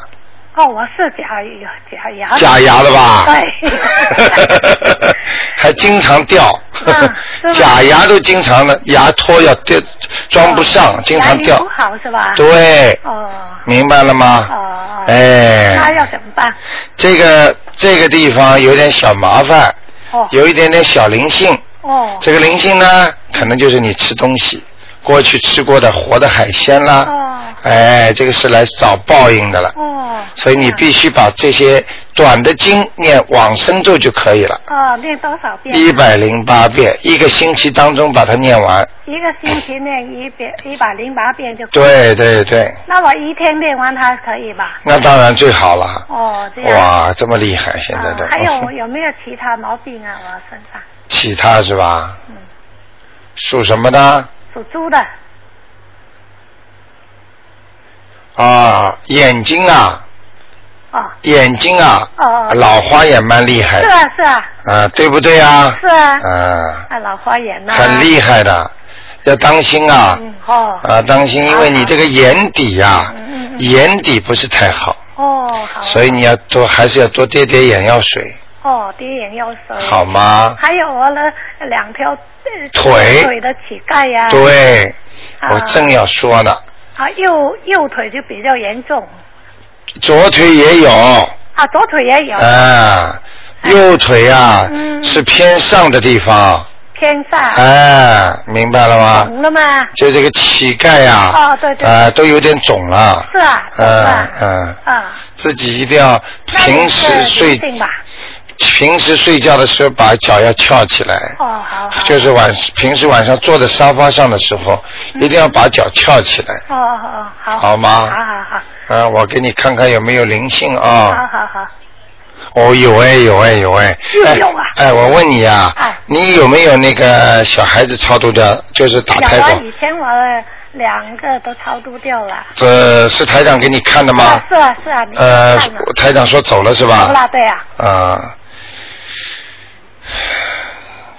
Speaker 5: 哦，我是假牙假牙。
Speaker 1: 假牙了吧？
Speaker 5: 对
Speaker 1: 还经常掉
Speaker 5: 嗯，哎是吗
Speaker 1: 假牙都经常的，牙托要掉，装不上，经常
Speaker 5: 哦牙
Speaker 1: 掉
Speaker 5: 龈不。好是吧？。
Speaker 1: 对，
Speaker 5: 哦。
Speaker 1: 明白了吗？
Speaker 5: 哦。那要
Speaker 1: 哎，
Speaker 5: 怎么办？
Speaker 1: 这个这个地方有点小麻烦，
Speaker 5: 哦。
Speaker 1: 有一点点小灵性。
Speaker 5: 哦。
Speaker 1: 这个灵性呢，可能就是你吃东西，过去吃过的活的海鲜啦，
Speaker 5: 哦
Speaker 1: 哎，这个是来找报应的了。
Speaker 5: 哦。
Speaker 1: 所以你必须把这些短的经念往生咒就可以了，
Speaker 5: 哦，念多少遍？
Speaker 1: 一百零八遍，一个星期当中把它念完。
Speaker 5: 一个星期念一遍，一百零八遍就。。
Speaker 1: 对对对，
Speaker 5: 那我一天念完它可以吧？
Speaker 1: 那当然最好了。
Speaker 5: 哦，这样。
Speaker 1: 哇，这么厉害，现在的
Speaker 5: 啊。还有有没有其他毛病啊？我身上
Speaker 1: 其他是吧？
Speaker 5: 嗯
Speaker 1: 属什么的？
Speaker 5: 属猪的，
Speaker 1: 啊，眼睛啊，
Speaker 5: 哦，
Speaker 1: 眼睛啊，
Speaker 5: 哦
Speaker 1: 老花眼蛮厉害
Speaker 5: 是
Speaker 1: 的。
Speaker 5: 啊是啊
Speaker 1: 啊，对不对啊？
Speaker 5: 是啊，
Speaker 1: 啊，
Speaker 5: 啊老花眼呐。
Speaker 1: 很厉害的，要当心啊！
Speaker 5: 嗯哦
Speaker 1: 啊，当心，因为你这个眼底呀
Speaker 5: 嗯嗯，嗯
Speaker 1: 眼底不是太好，
Speaker 5: 哦好。
Speaker 1: 所以你要多还是要多滴点眼药水，
Speaker 5: 哦，滴眼药水。
Speaker 1: 好。吗？
Speaker 5: 还有我的两条呃
Speaker 1: 腿
Speaker 5: 腿的膝盖呀。。
Speaker 1: 对，
Speaker 5: 啊
Speaker 1: 我正要说呢，
Speaker 5: 啊，右右腿就比较严重，
Speaker 1: 左腿也有
Speaker 5: 啊，左腿也有、
Speaker 1: 啊，右腿啊
Speaker 5: 嗯
Speaker 1: 是偏上的地方，
Speaker 5: 偏上。
Speaker 1: 哎，明白了吗？
Speaker 5: 红了吗？
Speaker 1: 就这个膝盖呀
Speaker 5: 嗯哦对，对
Speaker 1: 啊，都有点肿了，
Speaker 5: 是啊，
Speaker 1: 嗯
Speaker 5: 是啊，
Speaker 1: 嗯。
Speaker 5: 啊，
Speaker 1: 自己一定要
Speaker 5: 那也
Speaker 1: 平时
Speaker 5: 是
Speaker 1: 睡
Speaker 5: 灵性吧？
Speaker 1: 平时睡觉的时候把脚要翘起来，
Speaker 5: 哦，好好，
Speaker 1: 就是晚平时晚上坐在沙发上的时候，一定要把脚翘起来。
Speaker 5: 哦哦哦，好，
Speaker 1: 好吗
Speaker 5: 好好好，
Speaker 1: 啊，我给你看看有没有灵性啊。
Speaker 5: 好好好，
Speaker 1: 哦，有哎，有哎，有哎。
Speaker 5: 是
Speaker 1: 哎
Speaker 5: 有啊
Speaker 1: 哎，我问你啊
Speaker 5: 哎，
Speaker 1: 你有没有那个小孩子超度的，就是打胎
Speaker 5: 有啊，
Speaker 1: 过？
Speaker 5: 以前我两个都超度掉了。
Speaker 1: 这是台长给你看的吗
Speaker 5: 啊？是啊，是啊，你
Speaker 1: 呃
Speaker 5: 看了，
Speaker 1: 台长说走了是吧？
Speaker 5: 不啦，对啊，
Speaker 1: 啊，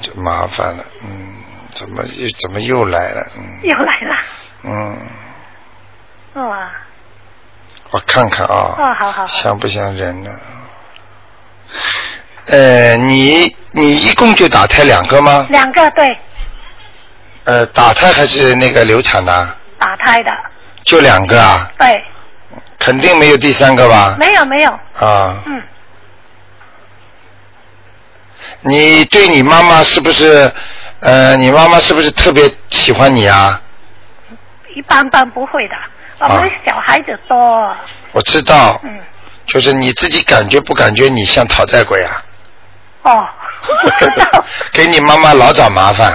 Speaker 1: 这麻烦了，嗯，怎么又怎么又来了？嗯
Speaker 5: 又来了。嗯
Speaker 1: 嗯，
Speaker 5: 哇，
Speaker 1: 我看看啊，
Speaker 5: 哦，好好好，
Speaker 1: 像不像人呢？呃，你你一共就打胎两个吗？
Speaker 5: 两个对
Speaker 1: 呃，打胎还是那个流产呢、
Speaker 5: 打胎的，
Speaker 1: 就两个啊，
Speaker 5: 对，
Speaker 1: 肯定没有第三个吧？
Speaker 5: 没有没有，
Speaker 1: 啊，
Speaker 5: 嗯，
Speaker 1: 你对你妈妈是不是？呃，你妈妈是不是特别喜欢你啊？
Speaker 5: 一般般不会的。我
Speaker 1: 啊
Speaker 5: 们小孩子多，
Speaker 1: 我知道，
Speaker 5: 嗯，
Speaker 1: 就是你自己感觉不感觉你像讨债鬼啊？
Speaker 5: 哦，不知道
Speaker 1: 给你妈妈老找麻烦，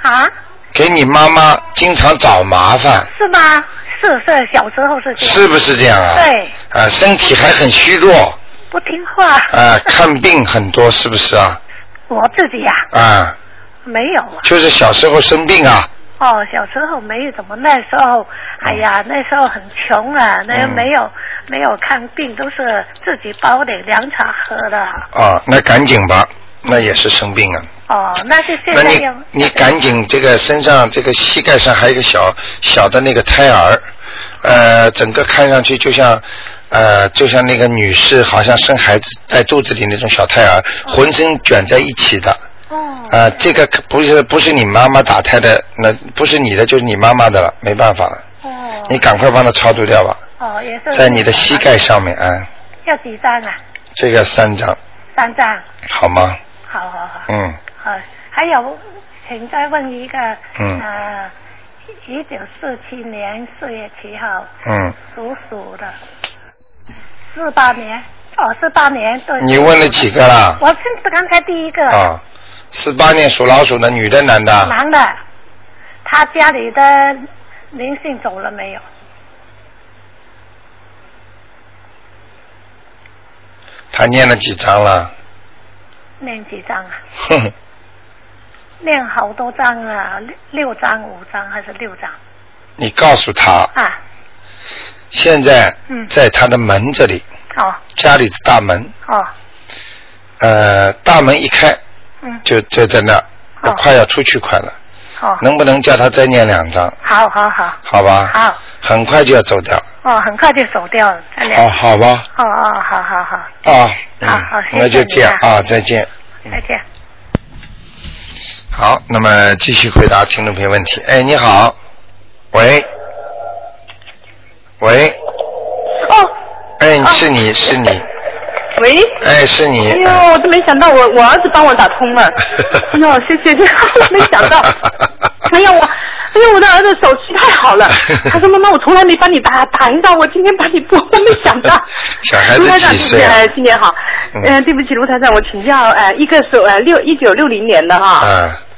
Speaker 5: 啊，
Speaker 1: 给你妈妈经常找麻烦，
Speaker 5: 是吗？是是，小时候是这样，
Speaker 1: 是不是这样啊？
Speaker 5: 对，
Speaker 1: 啊，身体还很虚弱，
Speaker 5: 不听话。
Speaker 1: 啊，看病很多，是不是啊？
Speaker 5: 我自己呀、
Speaker 1: 啊，
Speaker 5: 没有啊。
Speaker 1: 就是小时候生病啊，
Speaker 5: 哦，小时候没有怎么，那时候，哎呀，那时候很穷啊，那又
Speaker 1: 嗯
Speaker 5: 没有、没有看病，都是自己煲的凉茶喝的。
Speaker 1: 啊，那赶紧吧，那也是生病啊。
Speaker 5: 哦，那就现
Speaker 1: 那
Speaker 5: 在
Speaker 1: 你
Speaker 5: 要
Speaker 1: 你赶紧这个身上这个膝盖上还有一个小小的那个胎儿，呃，整个看上去就像呃就像那个女士好像生孩子在肚子里那种小胎儿，浑身卷在一起的。
Speaker 5: 哦，
Speaker 1: 啊、这个可不是不是你妈妈打胎的，那不是你的就是你妈妈的了，没办法了，
Speaker 5: 哦，
Speaker 1: 你赶快帮她超度掉吧，
Speaker 5: 哦也是
Speaker 1: 在你的膝盖上面啊、嗯
Speaker 5: 要几张啊？
Speaker 1: 这个三张
Speaker 5: 三张，
Speaker 1: 好吗？
Speaker 5: 好好好，
Speaker 1: 嗯，
Speaker 5: 好、还有，请再问一个，
Speaker 1: 嗯
Speaker 5: 呃，一九四七年四月七号
Speaker 1: 嗯，
Speaker 5: 属鼠的，四八年，哦，四八年对。
Speaker 1: 你问了几个啦？
Speaker 5: 我是刚才第一个，
Speaker 1: 啊，四八年属老鼠的女的男的，
Speaker 5: 男的，他家里的灵性走了没有？
Speaker 1: 她念了几张了？
Speaker 5: 念几张啊？
Speaker 1: 哼哼，
Speaker 5: 念好多张啊，六六张、五张还是六张
Speaker 1: 你告诉她，
Speaker 5: 啊？
Speaker 1: 现在
Speaker 5: 嗯
Speaker 1: 在她的门这里，
Speaker 5: 哦
Speaker 1: 家里的大门，
Speaker 5: 哦，
Speaker 1: 呃，大门一开
Speaker 5: 嗯，
Speaker 1: 就就在那儿，
Speaker 5: 哦
Speaker 1: 快要出去快了，
Speaker 5: 哦，
Speaker 1: 能不能叫她再念两张？
Speaker 5: 好好好，
Speaker 1: 好吧？
Speaker 5: 好，
Speaker 1: 很快就要走掉。
Speaker 5: 哦，很快就走掉了，再聊
Speaker 1: 好，。好吧，
Speaker 5: 哦哦，好好好，
Speaker 1: 啊，嗯
Speaker 5: 好好谢谢
Speaker 1: 那就这样
Speaker 5: 你啊
Speaker 1: 啊，再见。
Speaker 5: 再见。
Speaker 1: 好，那么继续回答听众朋友问题。哎，你好，喂，喂，
Speaker 6: 哦，
Speaker 1: 哎，是你是你，
Speaker 6: 喂，
Speaker 1: 哎，是你，。
Speaker 6: 哎呦，我都没想到我我儿子帮我打通了，哎呦，谢谢谢谢，没想到，哎呀我，哎呀我的儿子手气太好了，他说妈妈我从来没帮你打打一仗，我今天帮你拨，我没想到
Speaker 1: 小孩子
Speaker 6: 卢台长
Speaker 1: 几岁
Speaker 6: 今天
Speaker 1: 啊
Speaker 6: 哎今年好，
Speaker 1: 嗯
Speaker 6: 嗯、对不起卢台长，我请教呃一个是呃六一九六零年的哈，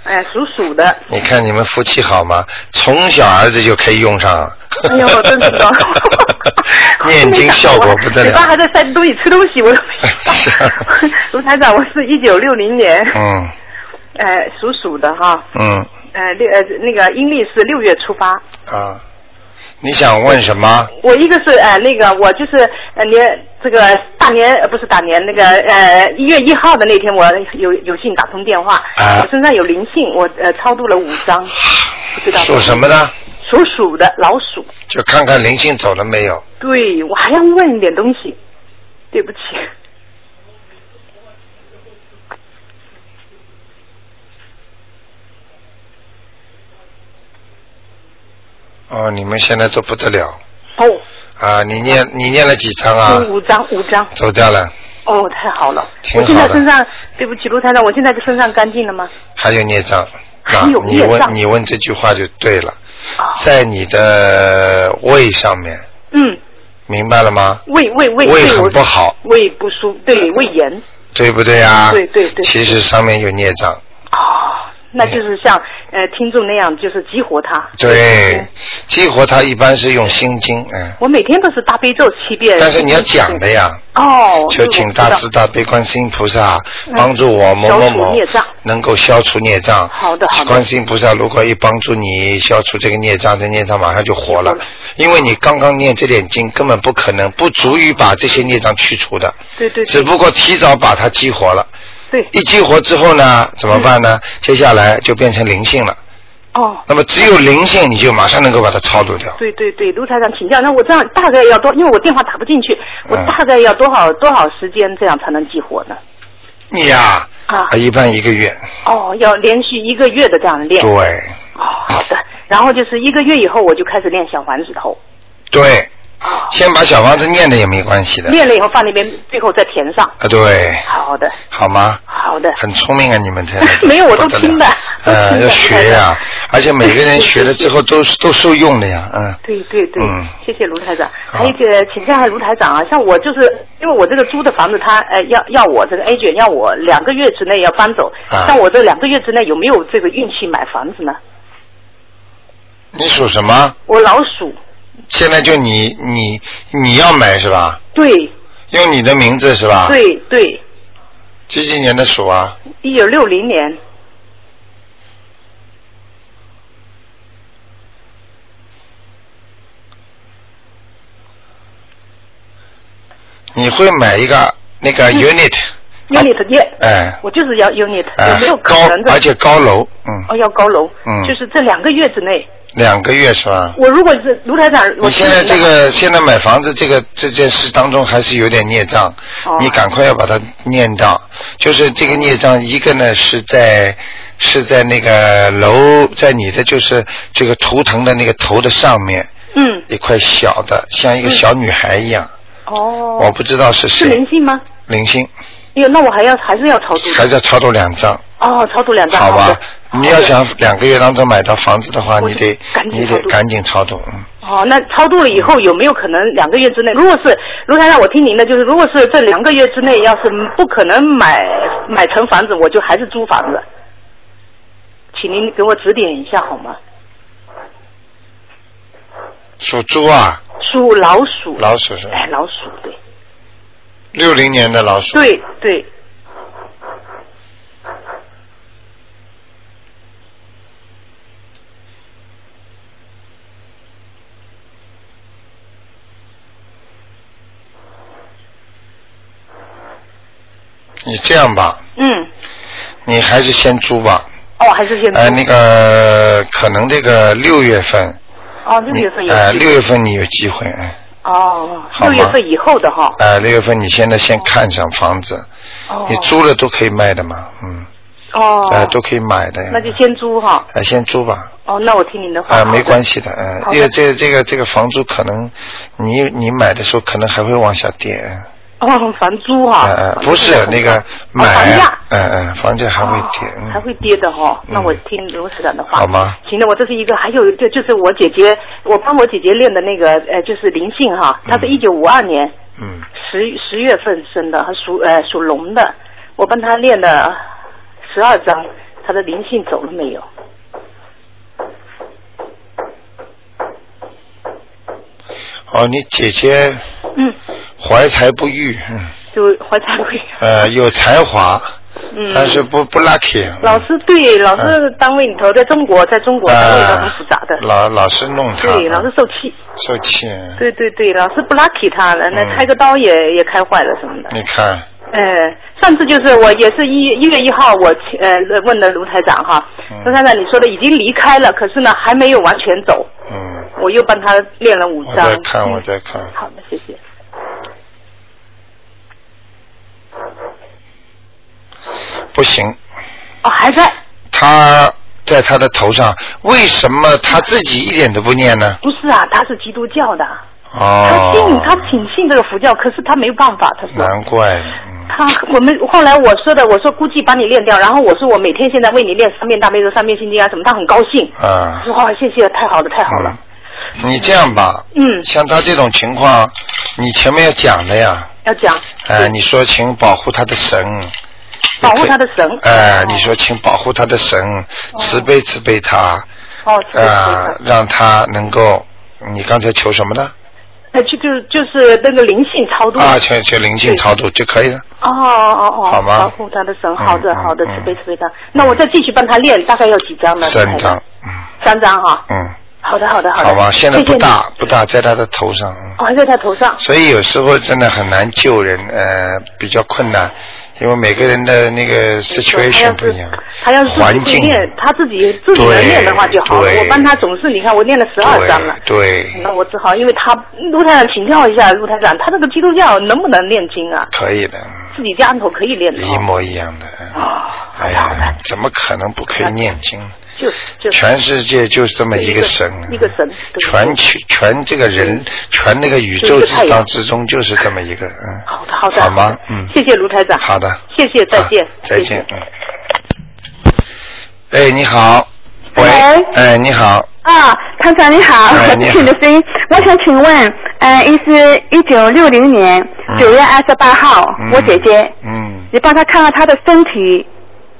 Speaker 6: 哎、
Speaker 1: 啊，
Speaker 6: 属鼠的，
Speaker 1: 你看你们夫妻好吗？从小儿子就可以用上。，
Speaker 6: 哎呦，真是的我
Speaker 1: 念
Speaker 6: 都没
Speaker 1: 经
Speaker 6: 想
Speaker 1: 效
Speaker 6: 过
Speaker 1: 果不得
Speaker 6: 嘴巴
Speaker 1: 了
Speaker 6: 还。在塞着东西吃东西，我都没
Speaker 1: 是
Speaker 6: 想
Speaker 1: 啊
Speaker 6: 到。 卢台长，我是一九六零年，
Speaker 1: 嗯
Speaker 6: 呃，属鼠的哈，
Speaker 1: 嗯
Speaker 6: 呃，六呃那个阴历是六月初八。
Speaker 1: 啊，你想问什么？
Speaker 6: 我一个是呃那个我就是呃年这个大年呃不是大年那个呃一月一号的那天我有有幸打通电话，
Speaker 1: 啊
Speaker 6: 我身上有灵性，我呃超度了五张，不知道
Speaker 1: 属什么呢？
Speaker 6: 属鼠的老鼠。
Speaker 1: 就看看灵性走了没有。
Speaker 6: 对，我还要问一点东西，对不起。
Speaker 1: 哦，你们现在都不得了
Speaker 6: 哦，
Speaker 1: 啊！你念你念了几张啊？
Speaker 6: 五张五张，
Speaker 1: 走掉了，
Speaker 6: 哦，太好了！
Speaker 1: 挺
Speaker 6: 我
Speaker 1: 好的
Speaker 6: 现在身上，对不起，卢台长，我现在身上干净了吗？
Speaker 1: 还有孽障。
Speaker 6: 还
Speaker 1: 啊
Speaker 6: 有
Speaker 1: 你
Speaker 6: 孽
Speaker 1: 问
Speaker 6: 障
Speaker 1: 你问这句话就对了，
Speaker 6: 啊，
Speaker 1: 在你的胃上面，
Speaker 6: 嗯，
Speaker 1: 明白了吗？
Speaker 6: 胃胃胃
Speaker 1: 胃
Speaker 6: 对
Speaker 1: 很
Speaker 6: 我
Speaker 1: 不好，
Speaker 6: 胃不舒服，对胃炎
Speaker 1: 对不对啊？
Speaker 6: 对对对
Speaker 1: 其实上面有孽障，
Speaker 6: 啊，那就是像呃听众那样，就是激活他。
Speaker 1: 对，激活它一般是用心经，嗯，
Speaker 6: 我每天都是大悲咒七遍。
Speaker 1: 但是你要讲的呀，
Speaker 6: 哦，
Speaker 1: 求请大慈大悲观世音菩萨帮助我某某
Speaker 6: 哎消除
Speaker 1: 某
Speaker 6: 孽障
Speaker 1: 能够消除孽障。
Speaker 6: 好的好的
Speaker 1: 观世音菩萨如果一帮助你消除这个孽障，这孽障马上就活了，因为你刚刚念这点经，根本不可能，不足以把这些孽障去除的，
Speaker 6: 对对嗯
Speaker 1: 只
Speaker 6: 对
Speaker 1: 不过提早把它激活了。
Speaker 6: 对，
Speaker 1: 一激活之后呢，怎么办
Speaker 6: 嗯
Speaker 1: 呢？接下来就变成灵性了。
Speaker 6: 哦。
Speaker 1: 那么只有灵性，你就马上能够把它超度掉。
Speaker 6: 对对对，卢台长请教，那我这样大概要多，因为我电话打不进去，我
Speaker 1: 嗯
Speaker 6: 大概要多少多少时间这样才能激活呢？
Speaker 1: 你呀、
Speaker 6: 啊
Speaker 1: 一般一个月，
Speaker 6: 哦，要连续一个月的这样练。哦，
Speaker 1: 对
Speaker 6: 好的。然后就是一个月以后，我就开始练小丸子头，
Speaker 1: 对，
Speaker 6: 啊
Speaker 1: 先把小房子念的也没关系的。
Speaker 6: 练了以后放那边，最后再填上。
Speaker 1: 啊，对，
Speaker 6: 好的，
Speaker 1: 好吗？
Speaker 6: 好的，
Speaker 1: 很聪明啊，你们这
Speaker 6: 没有我都听的都听
Speaker 1: 呃，
Speaker 6: 的
Speaker 1: 要学呀、
Speaker 6: 我
Speaker 1: 而且每个人学了之后都是都受用的呀，嗯，
Speaker 6: 对对对，
Speaker 1: 嗯
Speaker 6: 谢谢卢台长。
Speaker 1: 好
Speaker 6: 还有一个，请教一下卢台长啊，像我就是因为我这个租的房子他，呃要要我这个 A 卷要我两个月之内要搬走，
Speaker 1: 啊
Speaker 6: 像我这两个月之内有没有这个运气买房子呢？
Speaker 1: 你属什么？
Speaker 6: 我老鼠，
Speaker 1: 现在就你你你要买是吧？
Speaker 6: 对、
Speaker 1: 用你的名字是吧？。
Speaker 6: 对对，
Speaker 1: 几几年的鼠啊？
Speaker 6: 一九六零年，
Speaker 1: 你会买一个那个 unit，、
Speaker 6: 嗯 unit 业，
Speaker 1: 哎
Speaker 6: 我就是要 unit，、
Speaker 1: 哎、
Speaker 6: 有没有可
Speaker 1: 高
Speaker 6: 能，的？
Speaker 1: 而且高楼，嗯，
Speaker 6: 哦要高楼，
Speaker 1: 嗯
Speaker 6: 就是这两个月之内，
Speaker 1: 两个月是吧？
Speaker 6: 我如果是卢台长，我
Speaker 1: 你现在
Speaker 6: 听
Speaker 1: 这
Speaker 6: 你的
Speaker 1: 个现在买房子这个这件事当中还是有点孽障，
Speaker 6: 哦
Speaker 1: 你赶快要把它念掉。就是这个孽障，一个呢是在是在那个楼，在你的就是这个图腾的那个头的上面
Speaker 6: 嗯
Speaker 1: 一块小的，像一个小女孩一样，
Speaker 6: 哦，
Speaker 1: 我不知道是
Speaker 6: 是
Speaker 1: 谁，
Speaker 6: 灵性吗？
Speaker 1: 灵性，
Speaker 6: 哎呦，那我还要还是要超度的
Speaker 1: 还是要超度两张，
Speaker 6: 哦，超度两张，好
Speaker 1: 吧
Speaker 6: 的？
Speaker 1: 你要想两个月当中买到房子的话，
Speaker 6: 我
Speaker 1: 你得
Speaker 6: 赶紧
Speaker 1: 你
Speaker 6: 超
Speaker 1: 得
Speaker 6: 度
Speaker 1: 赶紧超度，嗯。
Speaker 6: 哦，那超度了以后有没有可能两个月之内？如果是卢台长，我听您的，就是如果是这两个月之内要是不可能买买成房子，我就还是租房子，请您给我指点一下好吗？
Speaker 1: 属猪啊，
Speaker 6: 属老鼠，
Speaker 1: 老鼠是吧
Speaker 6: 哎，老鼠，对
Speaker 1: 六零年的老鼠。
Speaker 6: 对对，
Speaker 1: 你这样吧，
Speaker 6: 嗯，
Speaker 1: 你还是先租吧。
Speaker 6: 哦，还是先租，
Speaker 1: 呃，那个可能这个六月份，
Speaker 6: 哦，六月份
Speaker 1: 你
Speaker 6: 有
Speaker 1: 呃
Speaker 6: 机会
Speaker 1: 六月份你有机会，嗯
Speaker 6: 哦，
Speaker 1: 好
Speaker 6: 六
Speaker 1: 吗
Speaker 6: 月份以后的哈，
Speaker 1: 呃六月份你现在先看上房子，
Speaker 6: 哦
Speaker 1: 你租了都可以卖的嘛，嗯，
Speaker 6: 哦，
Speaker 1: 呃都可以买的呀。
Speaker 6: 那就先租哈，
Speaker 1: 呃先租吧，
Speaker 6: 哦，那我听您的话，
Speaker 1: 啊、没
Speaker 6: 系。
Speaker 1: 关系的，嗯、
Speaker 6: 好的
Speaker 1: 因为这这个这个房租可能你你买的时候可能还会往下跌，
Speaker 6: 哦，房租哈、
Speaker 1: 呃呃
Speaker 6: 房租
Speaker 1: 不是
Speaker 6: 很
Speaker 1: 那
Speaker 6: 高
Speaker 1: 个
Speaker 6: 哦
Speaker 1: 买，
Speaker 6: 房价。
Speaker 1: 嗯嗯、房价还会跌，嗯
Speaker 6: 哦还会跌的哈、哦。那我
Speaker 1: 嗯
Speaker 6: 听卢市长的话，
Speaker 1: 好吗？
Speaker 6: 行的，我这是一个，还有一个就是我姐姐，我帮我姐姐练的那个，呃，就是灵性哈，她是
Speaker 1: 嗯
Speaker 6: 一九五二年
Speaker 1: 嗯，
Speaker 6: 十十月份生的，她属呃属龙的，我帮她练了十二章，她的灵性走了没有？
Speaker 1: 哦，你姐姐
Speaker 6: 嗯，
Speaker 1: 怀才不遇，嗯。
Speaker 6: 就怀才不遇。
Speaker 1: 呃，有才华，
Speaker 6: 嗯，
Speaker 1: 但是不不 lucky。嗯
Speaker 6: 老师对老师单位里头，在中国，在中国单位都很
Speaker 1: 呃
Speaker 6: 复杂的，
Speaker 1: 老老是弄他，
Speaker 6: 对，老是受气。
Speaker 1: 受气。
Speaker 6: 对对对，老是不 lucky 他了，那
Speaker 1: 嗯
Speaker 6: 开个刀也、也开坏了什么的。
Speaker 1: 你看，
Speaker 6: 呃，上次就是我也是一一月一号我呃问的卢台长哈
Speaker 1: 嗯，
Speaker 6: 卢台长你说的已经离开了，可是呢还没有完全走，
Speaker 1: 嗯，
Speaker 6: 我又帮他练了五
Speaker 1: 我
Speaker 6: 张。
Speaker 1: 在看，
Speaker 6: 嗯
Speaker 1: 我在看，
Speaker 6: 好的，谢谢。
Speaker 1: 不行，
Speaker 6: 哦，还在？
Speaker 1: 他在他的头上，为什么他自己一点都不念呢？
Speaker 6: 不是啊，他是基督教的，他
Speaker 1: 哦，
Speaker 6: 信他挺信这个佛教，可是他没有办法，他说。
Speaker 1: 难怪，嗯
Speaker 6: 他我们后来我说的，我说估计把你练掉，然后我说我每天现在为你练三遍大悲咒、三遍心经啊什么，他很高兴。
Speaker 1: 啊
Speaker 6: 我，说哦，谢谢，太好了，太好了。
Speaker 1: 嗯你这样吧，
Speaker 6: 嗯，
Speaker 1: 像他这种情况，你前面要讲的呀，
Speaker 6: 要讲。
Speaker 1: 哎、你说请保护他的神，
Speaker 6: 保护他的神。
Speaker 1: 哎、你说请保护他的神，慈悲慈悲他，
Speaker 6: 哦，是的是
Speaker 1: 啊、
Speaker 6: 的
Speaker 1: 让他能够，你刚才求什么呢？
Speaker 6: 呃，就就就是那个灵性超度。
Speaker 1: 啊，求求灵性超度就可以了。
Speaker 6: 哦哦哦哦，
Speaker 1: 好吗
Speaker 6: 保护他的神，好的
Speaker 1: 嗯
Speaker 6: 好的，
Speaker 1: 嗯
Speaker 6: 慈悲慈悲他。那我再继续帮他练，大概要几张呢？
Speaker 1: 三张，，
Speaker 6: 三张哈。
Speaker 1: 嗯，
Speaker 6: 好的好的好的。
Speaker 1: 好吧，现在不
Speaker 6: 谢
Speaker 1: 大不大，在他的头上。嗯
Speaker 6: 谢你。哦，还在他头上。
Speaker 1: 所以有时候真的很难救人，呃，比较困难，因为每个人的那个 situation 不一样，
Speaker 6: 他要是
Speaker 1: 环
Speaker 6: 自己
Speaker 1: 境
Speaker 6: 练，他自己自己能
Speaker 1: 对
Speaker 6: 练的话就好了。
Speaker 1: 对
Speaker 6: 我帮他总是，你看我练了十二章了。
Speaker 1: 对对，
Speaker 6: 那我只好，因为他陆台长请教一下陆台长，他这个基督教能不能念经啊？
Speaker 1: 可以的，
Speaker 6: 自己家里头可以练的哦，
Speaker 1: 一模一样的。嗯哎呀，怎么可能不可以念经？
Speaker 6: 就是就是
Speaker 1: 全世界就这么一
Speaker 6: 一
Speaker 1: 个神啊，
Speaker 6: 一个神，对嗯
Speaker 1: 全全全这个人，全那个宇宙
Speaker 6: 就是太
Speaker 1: 之
Speaker 6: 阳
Speaker 1: 当之中就是这么一个，嗯。
Speaker 6: 好的好的，
Speaker 1: 好吗
Speaker 6: 的
Speaker 1: 嗯
Speaker 6: 谢谢卢台长，
Speaker 1: 好的，
Speaker 6: 谢谢，再见
Speaker 1: 啊，再
Speaker 6: 谢谢
Speaker 1: 见，嗯。哎，你好，喂
Speaker 4: 喂，
Speaker 1: 哎，你好，
Speaker 4: 啊，唐长你好，
Speaker 1: 哎你好
Speaker 4: 听你的声音，我想请问，呃，一是一九六零年
Speaker 1: 嗯
Speaker 4: 九月二十八号，
Speaker 1: 嗯
Speaker 4: 我姐姐，
Speaker 1: 嗯
Speaker 4: 你帮她看看她的身体，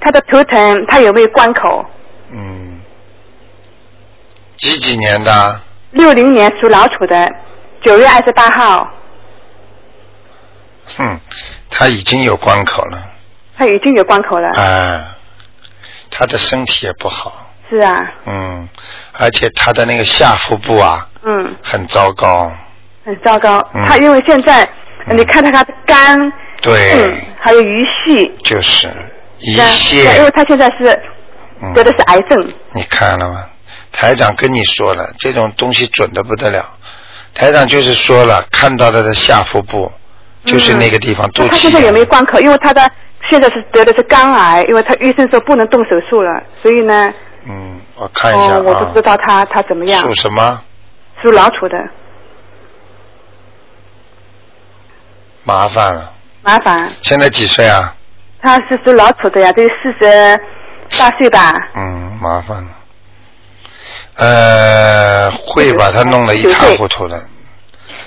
Speaker 4: 她的图腾，她有没有关口？
Speaker 1: 嗯，几几年的？
Speaker 4: 六零年属老鼠的，九月二十八号，
Speaker 1: 哼，他已经有关口了，
Speaker 4: 她已经有关口了。
Speaker 1: 啊，他的身体也不好，
Speaker 4: 是啊，
Speaker 1: 嗯，而且他的那个下腹部啊
Speaker 4: 嗯，
Speaker 1: 很糟糕，
Speaker 4: 很糟糕。
Speaker 1: 嗯
Speaker 4: 她因为现在，呃
Speaker 1: 嗯
Speaker 4: 你看她她的肝，
Speaker 1: 对，
Speaker 4: 嗯，还有鱼絮，
Speaker 1: 就是一
Speaker 4: 肝对因
Speaker 1: 泻，
Speaker 4: 为她现在是
Speaker 1: 嗯
Speaker 4: 得的是癌症。
Speaker 1: 你看了吗？台长跟你说了，这种东西准的不得了。台长就是说了，看到他的下腹部，就是那个地方、肚
Speaker 4: 嗯那
Speaker 1: 脐眼。
Speaker 4: 他现在有没有关口？因为他的现在是得的是肝癌，因为他医生说不能动手术了，所以呢，
Speaker 1: 嗯，我看一下啊。
Speaker 4: 哦，我不知道他他怎么样
Speaker 1: 属，什么？
Speaker 4: 属老鼠的，
Speaker 1: 麻烦了。
Speaker 4: 麻烦。
Speaker 1: 现在几岁啊？
Speaker 4: 他是属老鼠的呀，这四十大岁吧，
Speaker 1: 嗯，麻烦了。呃，会把他弄得一塌糊涂的。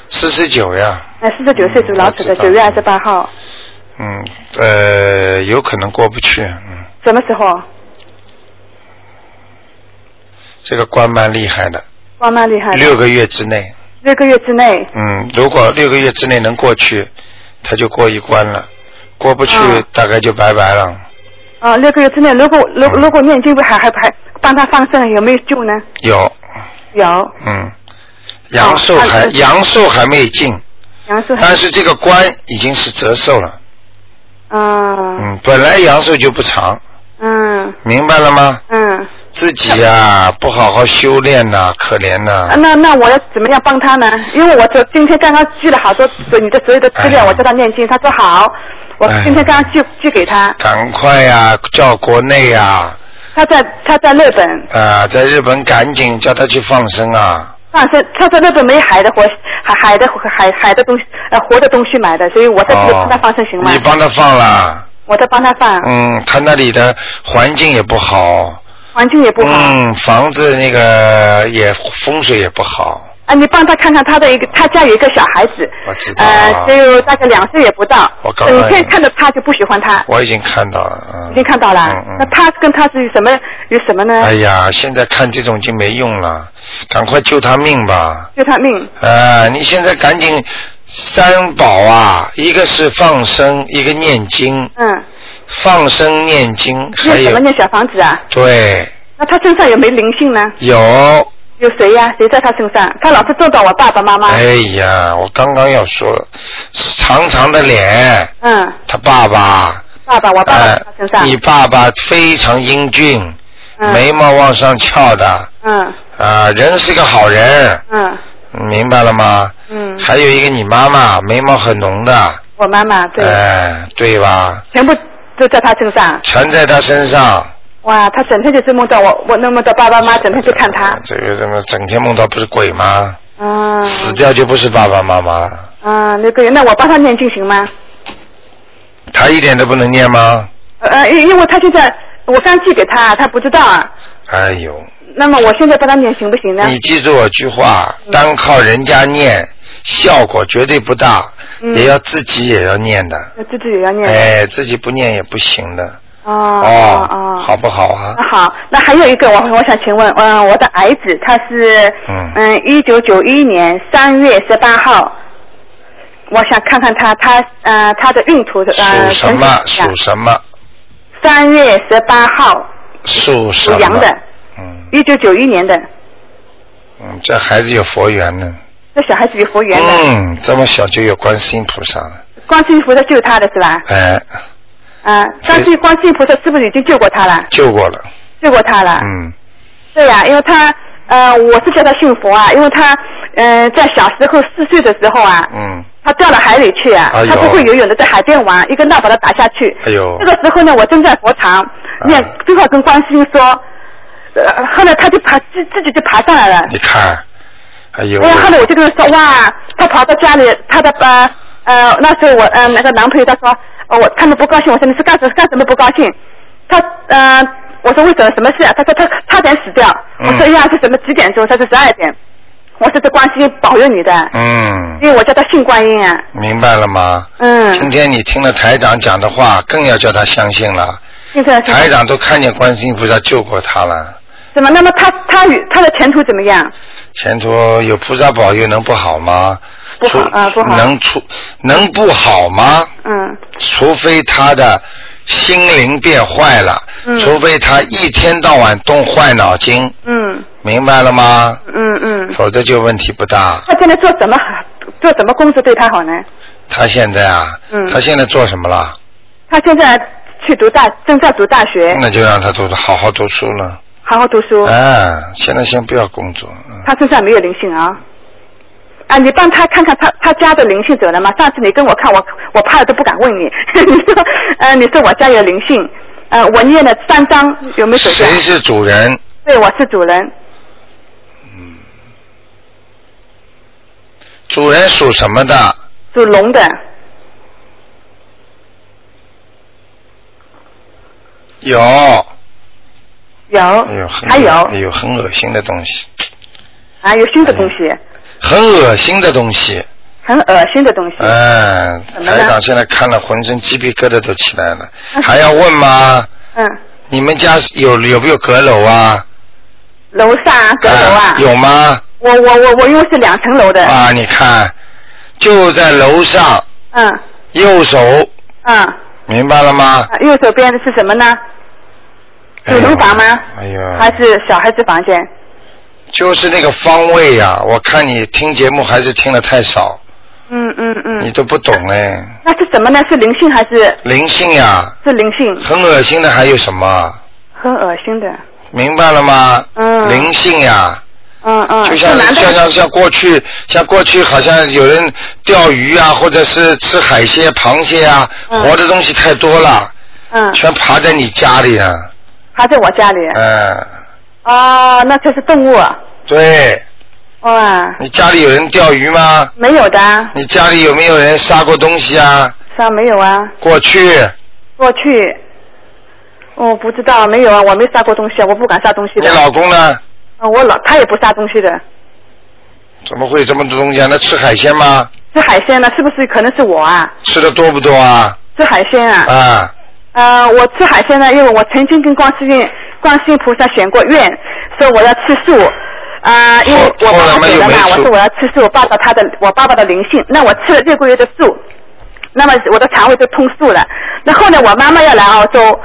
Speaker 1: 四十九呀，
Speaker 4: 呃，四十九岁属老鼠
Speaker 1: 嗯我
Speaker 4: 的，
Speaker 1: 知道
Speaker 4: 九月二十八号，
Speaker 1: 嗯，呃，有可能过不去，嗯，
Speaker 4: 什么时候？
Speaker 1: 这个关蛮厉害的，
Speaker 4: 哇，蛮厉害的，
Speaker 1: 六个月之内，
Speaker 4: 六个月之内，
Speaker 1: 嗯，如果六个月之内能过去，他就过一关了；过不去，
Speaker 4: 嗯
Speaker 1: 大概就拜拜了。
Speaker 4: 啊、六个月之内，如果如
Speaker 1: 嗯
Speaker 4: 如果念经不还还还帮他放生，有没有救呢？
Speaker 1: 有，
Speaker 4: 有，
Speaker 1: 嗯，阳寿
Speaker 4: 哦
Speaker 1: 还
Speaker 4: 那就
Speaker 1: 阳寿还没尽，
Speaker 4: 杨树还
Speaker 1: 但，是这个关已经是折寿了。
Speaker 4: 啊，
Speaker 1: 嗯，本来阳寿就不长，
Speaker 4: 嗯
Speaker 1: 明白了吗？
Speaker 4: 嗯，
Speaker 1: 自己呀、不好好修炼呐、可怜呐、
Speaker 4: 啊那那我要怎么样帮他呢？因为我昨今天刚刚寄了好多你的所有的资料，
Speaker 1: 哎呀
Speaker 4: 我叫他念经，他说好。我
Speaker 1: 哎呀
Speaker 4: 今天刚刚寄寄给他，
Speaker 1: 赶快呀、叫国内呀、啊，
Speaker 4: 他在他在日本，
Speaker 1: 在日本赶紧叫他去放生啊！
Speaker 4: 但是他在日本没有海的活海海的海海的东西呃活的东西买的，所以我在这里
Speaker 1: 哦
Speaker 4: 帮他放生行吗？
Speaker 1: 你帮他放啦。
Speaker 4: 我在帮他放，
Speaker 1: 嗯，他那里的环境也不好，
Speaker 4: 环境也不好、
Speaker 1: 嗯，房子那个也风水也不好，
Speaker 4: 啊。你帮他看看他的一个，他家有一个小孩子
Speaker 1: 我知，道
Speaker 4: 呃，只有大概两岁也不到呃
Speaker 1: 我，刚才
Speaker 4: 整天看着他就不喜欢他，
Speaker 1: 我已经看到了，嗯，
Speaker 4: 已经看到了。
Speaker 1: 嗯嗯、
Speaker 4: 那他跟他是有什么有什么呢？
Speaker 1: 哎呀，现在看这种已经没用了，赶快救他命吧！
Speaker 4: 就他命。
Speaker 1: 呃，你现在赶紧三宝啊，一个是放生，一个念经，
Speaker 4: 嗯，
Speaker 1: 放生念经，还
Speaker 4: 念什
Speaker 1: 有
Speaker 4: 么念小房子啊？
Speaker 1: 对，
Speaker 4: 那他身上有没有灵性呢？
Speaker 1: 有
Speaker 4: 有谁呀、谁在他身上？他老是撞到我爸爸妈妈。
Speaker 1: 哎呀，我刚刚要说了，长长的脸，
Speaker 4: 嗯，
Speaker 1: 他爸爸，
Speaker 4: 爸爸，我爸爸在他身上。
Speaker 1: 哎你爸爸非常英俊，
Speaker 4: 嗯
Speaker 1: 眉毛往上翘的，啊、
Speaker 4: 嗯
Speaker 1: 人是个好人，
Speaker 4: 嗯
Speaker 1: 明白了吗？
Speaker 4: 嗯，
Speaker 1: 还有一个你妈妈，眉毛很浓的，
Speaker 4: 我妈妈对，
Speaker 1: 哎，对吧？
Speaker 4: 全部都在他身上。
Speaker 1: 全在他身上。
Speaker 4: 哇，他整天就是梦到我，我那么的爸爸妈妈整天就看他。
Speaker 1: 这个怎么整天梦到不是鬼吗？
Speaker 4: 嗯
Speaker 1: 死掉就不是爸爸妈妈了。
Speaker 4: 嗯，那个人，那我帮他念经行吗？
Speaker 1: 他一点都不能念吗？
Speaker 4: 呃，因因为他现在我刚寄给他，他不知道啊。
Speaker 1: 哎呦，嗯
Speaker 4: 那么我现在帮他念行不行呢？
Speaker 7: 嗯
Speaker 1: 你记住我句话，单靠人家念，效果绝对不大，
Speaker 7: 嗯
Speaker 1: 也要自己也要念的，
Speaker 7: 那自己也要念。
Speaker 1: 哎，自己不念也不行的，
Speaker 7: 哦
Speaker 1: 哦，
Speaker 7: 哦。
Speaker 1: 好不好啊？
Speaker 7: 那好，那还有一个我我想请问，嗯，我的儿子他是
Speaker 1: 嗯
Speaker 7: 嗯一九九一年三月十八号，我想看看他他呃他的运途的
Speaker 1: 属
Speaker 7: 呃
Speaker 1: 什么？
Speaker 7: 成
Speaker 1: 属
Speaker 7: 绩
Speaker 1: 什么？
Speaker 7: 三月十八号，
Speaker 1: 属什
Speaker 7: 属
Speaker 1: 么？
Speaker 7: 羊的，
Speaker 1: 嗯
Speaker 7: 一九九一年的，
Speaker 1: 嗯，这孩子有佛缘呢。
Speaker 7: 这小孩子有佛缘的，
Speaker 1: 嗯，这么小就有观世音菩萨了，
Speaker 7: 观世音菩萨救他的是吧？
Speaker 1: 哎，
Speaker 7: 啊，观世观世音菩萨是不是已经救过他了？
Speaker 1: 救过了。
Speaker 7: 救过他了。
Speaker 1: 嗯
Speaker 7: 对呀、因为他呃，我是叫他信佛啊，因为他呃在小时候四岁的时候啊，
Speaker 1: 嗯，
Speaker 7: 他掉到海里去啊，
Speaker 1: 哎呦
Speaker 7: 他不会游泳的，在海边玩，一个浪把他打下去。
Speaker 1: 哎呦
Speaker 7: 这，个时候呢，我正在佛堂念
Speaker 1: 啊，
Speaker 7: 正好跟观世音说，呃，后来他就爬自自己就爬上来了。
Speaker 1: 你看，哎呦
Speaker 7: 哎，呀，后来我就跟他说，哇，他跑到家里，他的呃呃，那时候我呃那个男朋友他说，呃我他们不高兴，我说你是干什干什么不高兴？他呃，我说为什么什么事啊？他说他差点死掉。
Speaker 1: 嗯
Speaker 7: 我说哎呀，是什么几点钟？他说十二点。我说这观世音保佑你的，
Speaker 1: 嗯，
Speaker 7: 因为我叫他信观音啊。
Speaker 1: 明白了吗？今
Speaker 7: 嗯，
Speaker 1: 天你听了台长讲的话，更要叫他相信了。
Speaker 7: 现在是
Speaker 1: 台长都看见观世音菩萨救过他了，
Speaker 7: 怎么？那么他他与他的前途怎么样？
Speaker 1: 前途有菩萨保佑能不好吗？
Speaker 7: 不好
Speaker 1: 除
Speaker 7: 啊不好
Speaker 1: 能出能不好吗？
Speaker 7: 嗯
Speaker 1: 除非他的心灵变坏了，
Speaker 7: 嗯
Speaker 1: 除非他一天到晚动坏脑筋，
Speaker 7: 嗯
Speaker 1: 明白了吗？
Speaker 7: 嗯嗯。
Speaker 1: 否则就问题不大。
Speaker 7: 他现在做什么做什么工作对他好呢？
Speaker 1: 他现在啊，
Speaker 7: 嗯
Speaker 1: 他现在做什么了？
Speaker 7: 他现在去读大正在读大学。
Speaker 1: 那就让他读好好读书了。
Speaker 7: 好好读书。
Speaker 1: 哎，现在先不要工作。嗯
Speaker 7: 他身上没有灵性啊。啊，你帮他看看他他家的灵性走了吗？上次你跟我看我我怕都不敢问你， 你说呃你说我家有灵性，呃我念了三章有没有走掉
Speaker 1: 谁？是主人？嗯
Speaker 7: 对，我是主人，
Speaker 1: 主人属什么的？
Speaker 7: 属龙的，
Speaker 1: 有。
Speaker 7: 有，
Speaker 1: 哎呦，很
Speaker 7: 哦还有
Speaker 1: 哎呦，很恶心的东西，
Speaker 7: 啊有新的东西，
Speaker 1: 哎很恶心的东西。
Speaker 7: 很恶心的东西。
Speaker 1: 哎，
Speaker 7: 怎么了
Speaker 1: 台长现在看了浑身鸡皮疙瘩都起来了，还要问 吗？
Speaker 7: 嗯，
Speaker 1: 你们家有有没有阁楼啊？
Speaker 7: 楼上阁楼啊，
Speaker 1: 哎有吗？
Speaker 7: 我我我我因为是两层楼的，
Speaker 1: 啊，你看，就在楼上，
Speaker 7: 嗯
Speaker 1: 右手，
Speaker 7: 嗯、
Speaker 1: 明白了吗？
Speaker 7: 啊右手边的是什么呢？
Speaker 1: 哎呦
Speaker 7: 九龙房吗
Speaker 1: 哎呀，
Speaker 7: 还是小孩子房间？
Speaker 1: 就是那个方位呀、我看你听节目还是听的太少，
Speaker 7: 嗯嗯
Speaker 1: 你
Speaker 7: 嗯，
Speaker 1: 都不懂哎。
Speaker 7: 那是什么呢？是灵性还是
Speaker 1: 灵性呀、
Speaker 7: 是灵性？
Speaker 1: 很恶心的还有什么？
Speaker 7: 很恶心的。
Speaker 1: 明白了吗？
Speaker 7: 嗯
Speaker 1: 灵性呀、
Speaker 7: 嗯嗯，
Speaker 1: 就是像
Speaker 7: 男的
Speaker 1: 像像像过去，像过去好像有人钓鱼啊，或者是吃海鲜、螃蟹啊，
Speaker 7: 嗯
Speaker 1: 活的东西太多了，
Speaker 7: 嗯，
Speaker 1: 全爬在你家里啊。
Speaker 7: 还在我家里。
Speaker 1: 嗯，
Speaker 7: 哦，那这是动物啊。
Speaker 1: 对，
Speaker 7: 哇，
Speaker 1: 你家里有人钓鱼吗？
Speaker 7: 没有的啊，
Speaker 1: 你家里有没有人杀过东西啊？
Speaker 7: 上没有啊，
Speaker 1: 过去
Speaker 7: 过去。我不知道，没有啊，我没杀过东西啊，我不敢杀东西
Speaker 1: 你
Speaker 7: 的。
Speaker 1: 老公呢？
Speaker 7: 呃我老他也不杀东西的，
Speaker 1: 怎么会有这么多东西啊？那吃海鲜吗？
Speaker 7: 吃海鲜呢，是不是可能是我啊？
Speaker 1: 吃的多不多啊？
Speaker 7: 吃海鲜啊。
Speaker 1: 啊，
Speaker 7: 呃，我吃海鲜呢，因为我曾经跟观世音、观世音菩萨许过愿，说我要吃素。啊、因为我
Speaker 1: 后
Speaker 7: 爸
Speaker 1: 后来
Speaker 7: 爸
Speaker 1: 没
Speaker 7: 走
Speaker 1: 有
Speaker 7: 了嘛
Speaker 1: 没，
Speaker 7: 我
Speaker 1: 素
Speaker 7: 说我要吃素，我爸爸他的我爸爸的灵性，那我吃了六个月的素，那么我的肠胃就通素了。然后呢，我妈妈要来澳洲，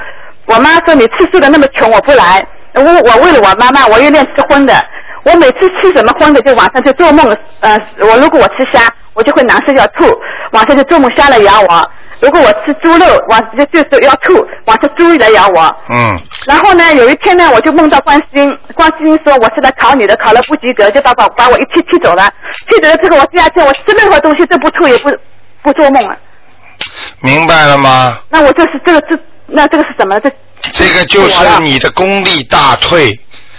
Speaker 7: 我妈说你吃素的那么穷，我不来。我我为了我妈妈，我又练吃荤的。我每次吃什么荤的，就晚上就做梦。呃，我如果我吃虾，我就会难受要吐，晚上就做梦虾来咬我；如果我吃猪肉，晚上就就是要吐，晚上猪来咬我。
Speaker 1: 嗯，
Speaker 7: 然后呢，有一天呢，我就梦到观世音，观世音说我是来考你的，考了不及格，就把把把我一踢踢走了。踢走了之后，我第二天我吃任何东西都不吐，也不不做梦了。
Speaker 1: 明白了吗？
Speaker 7: 那我这是这个这那这个是什么？这
Speaker 1: 这个就是你的功力大退，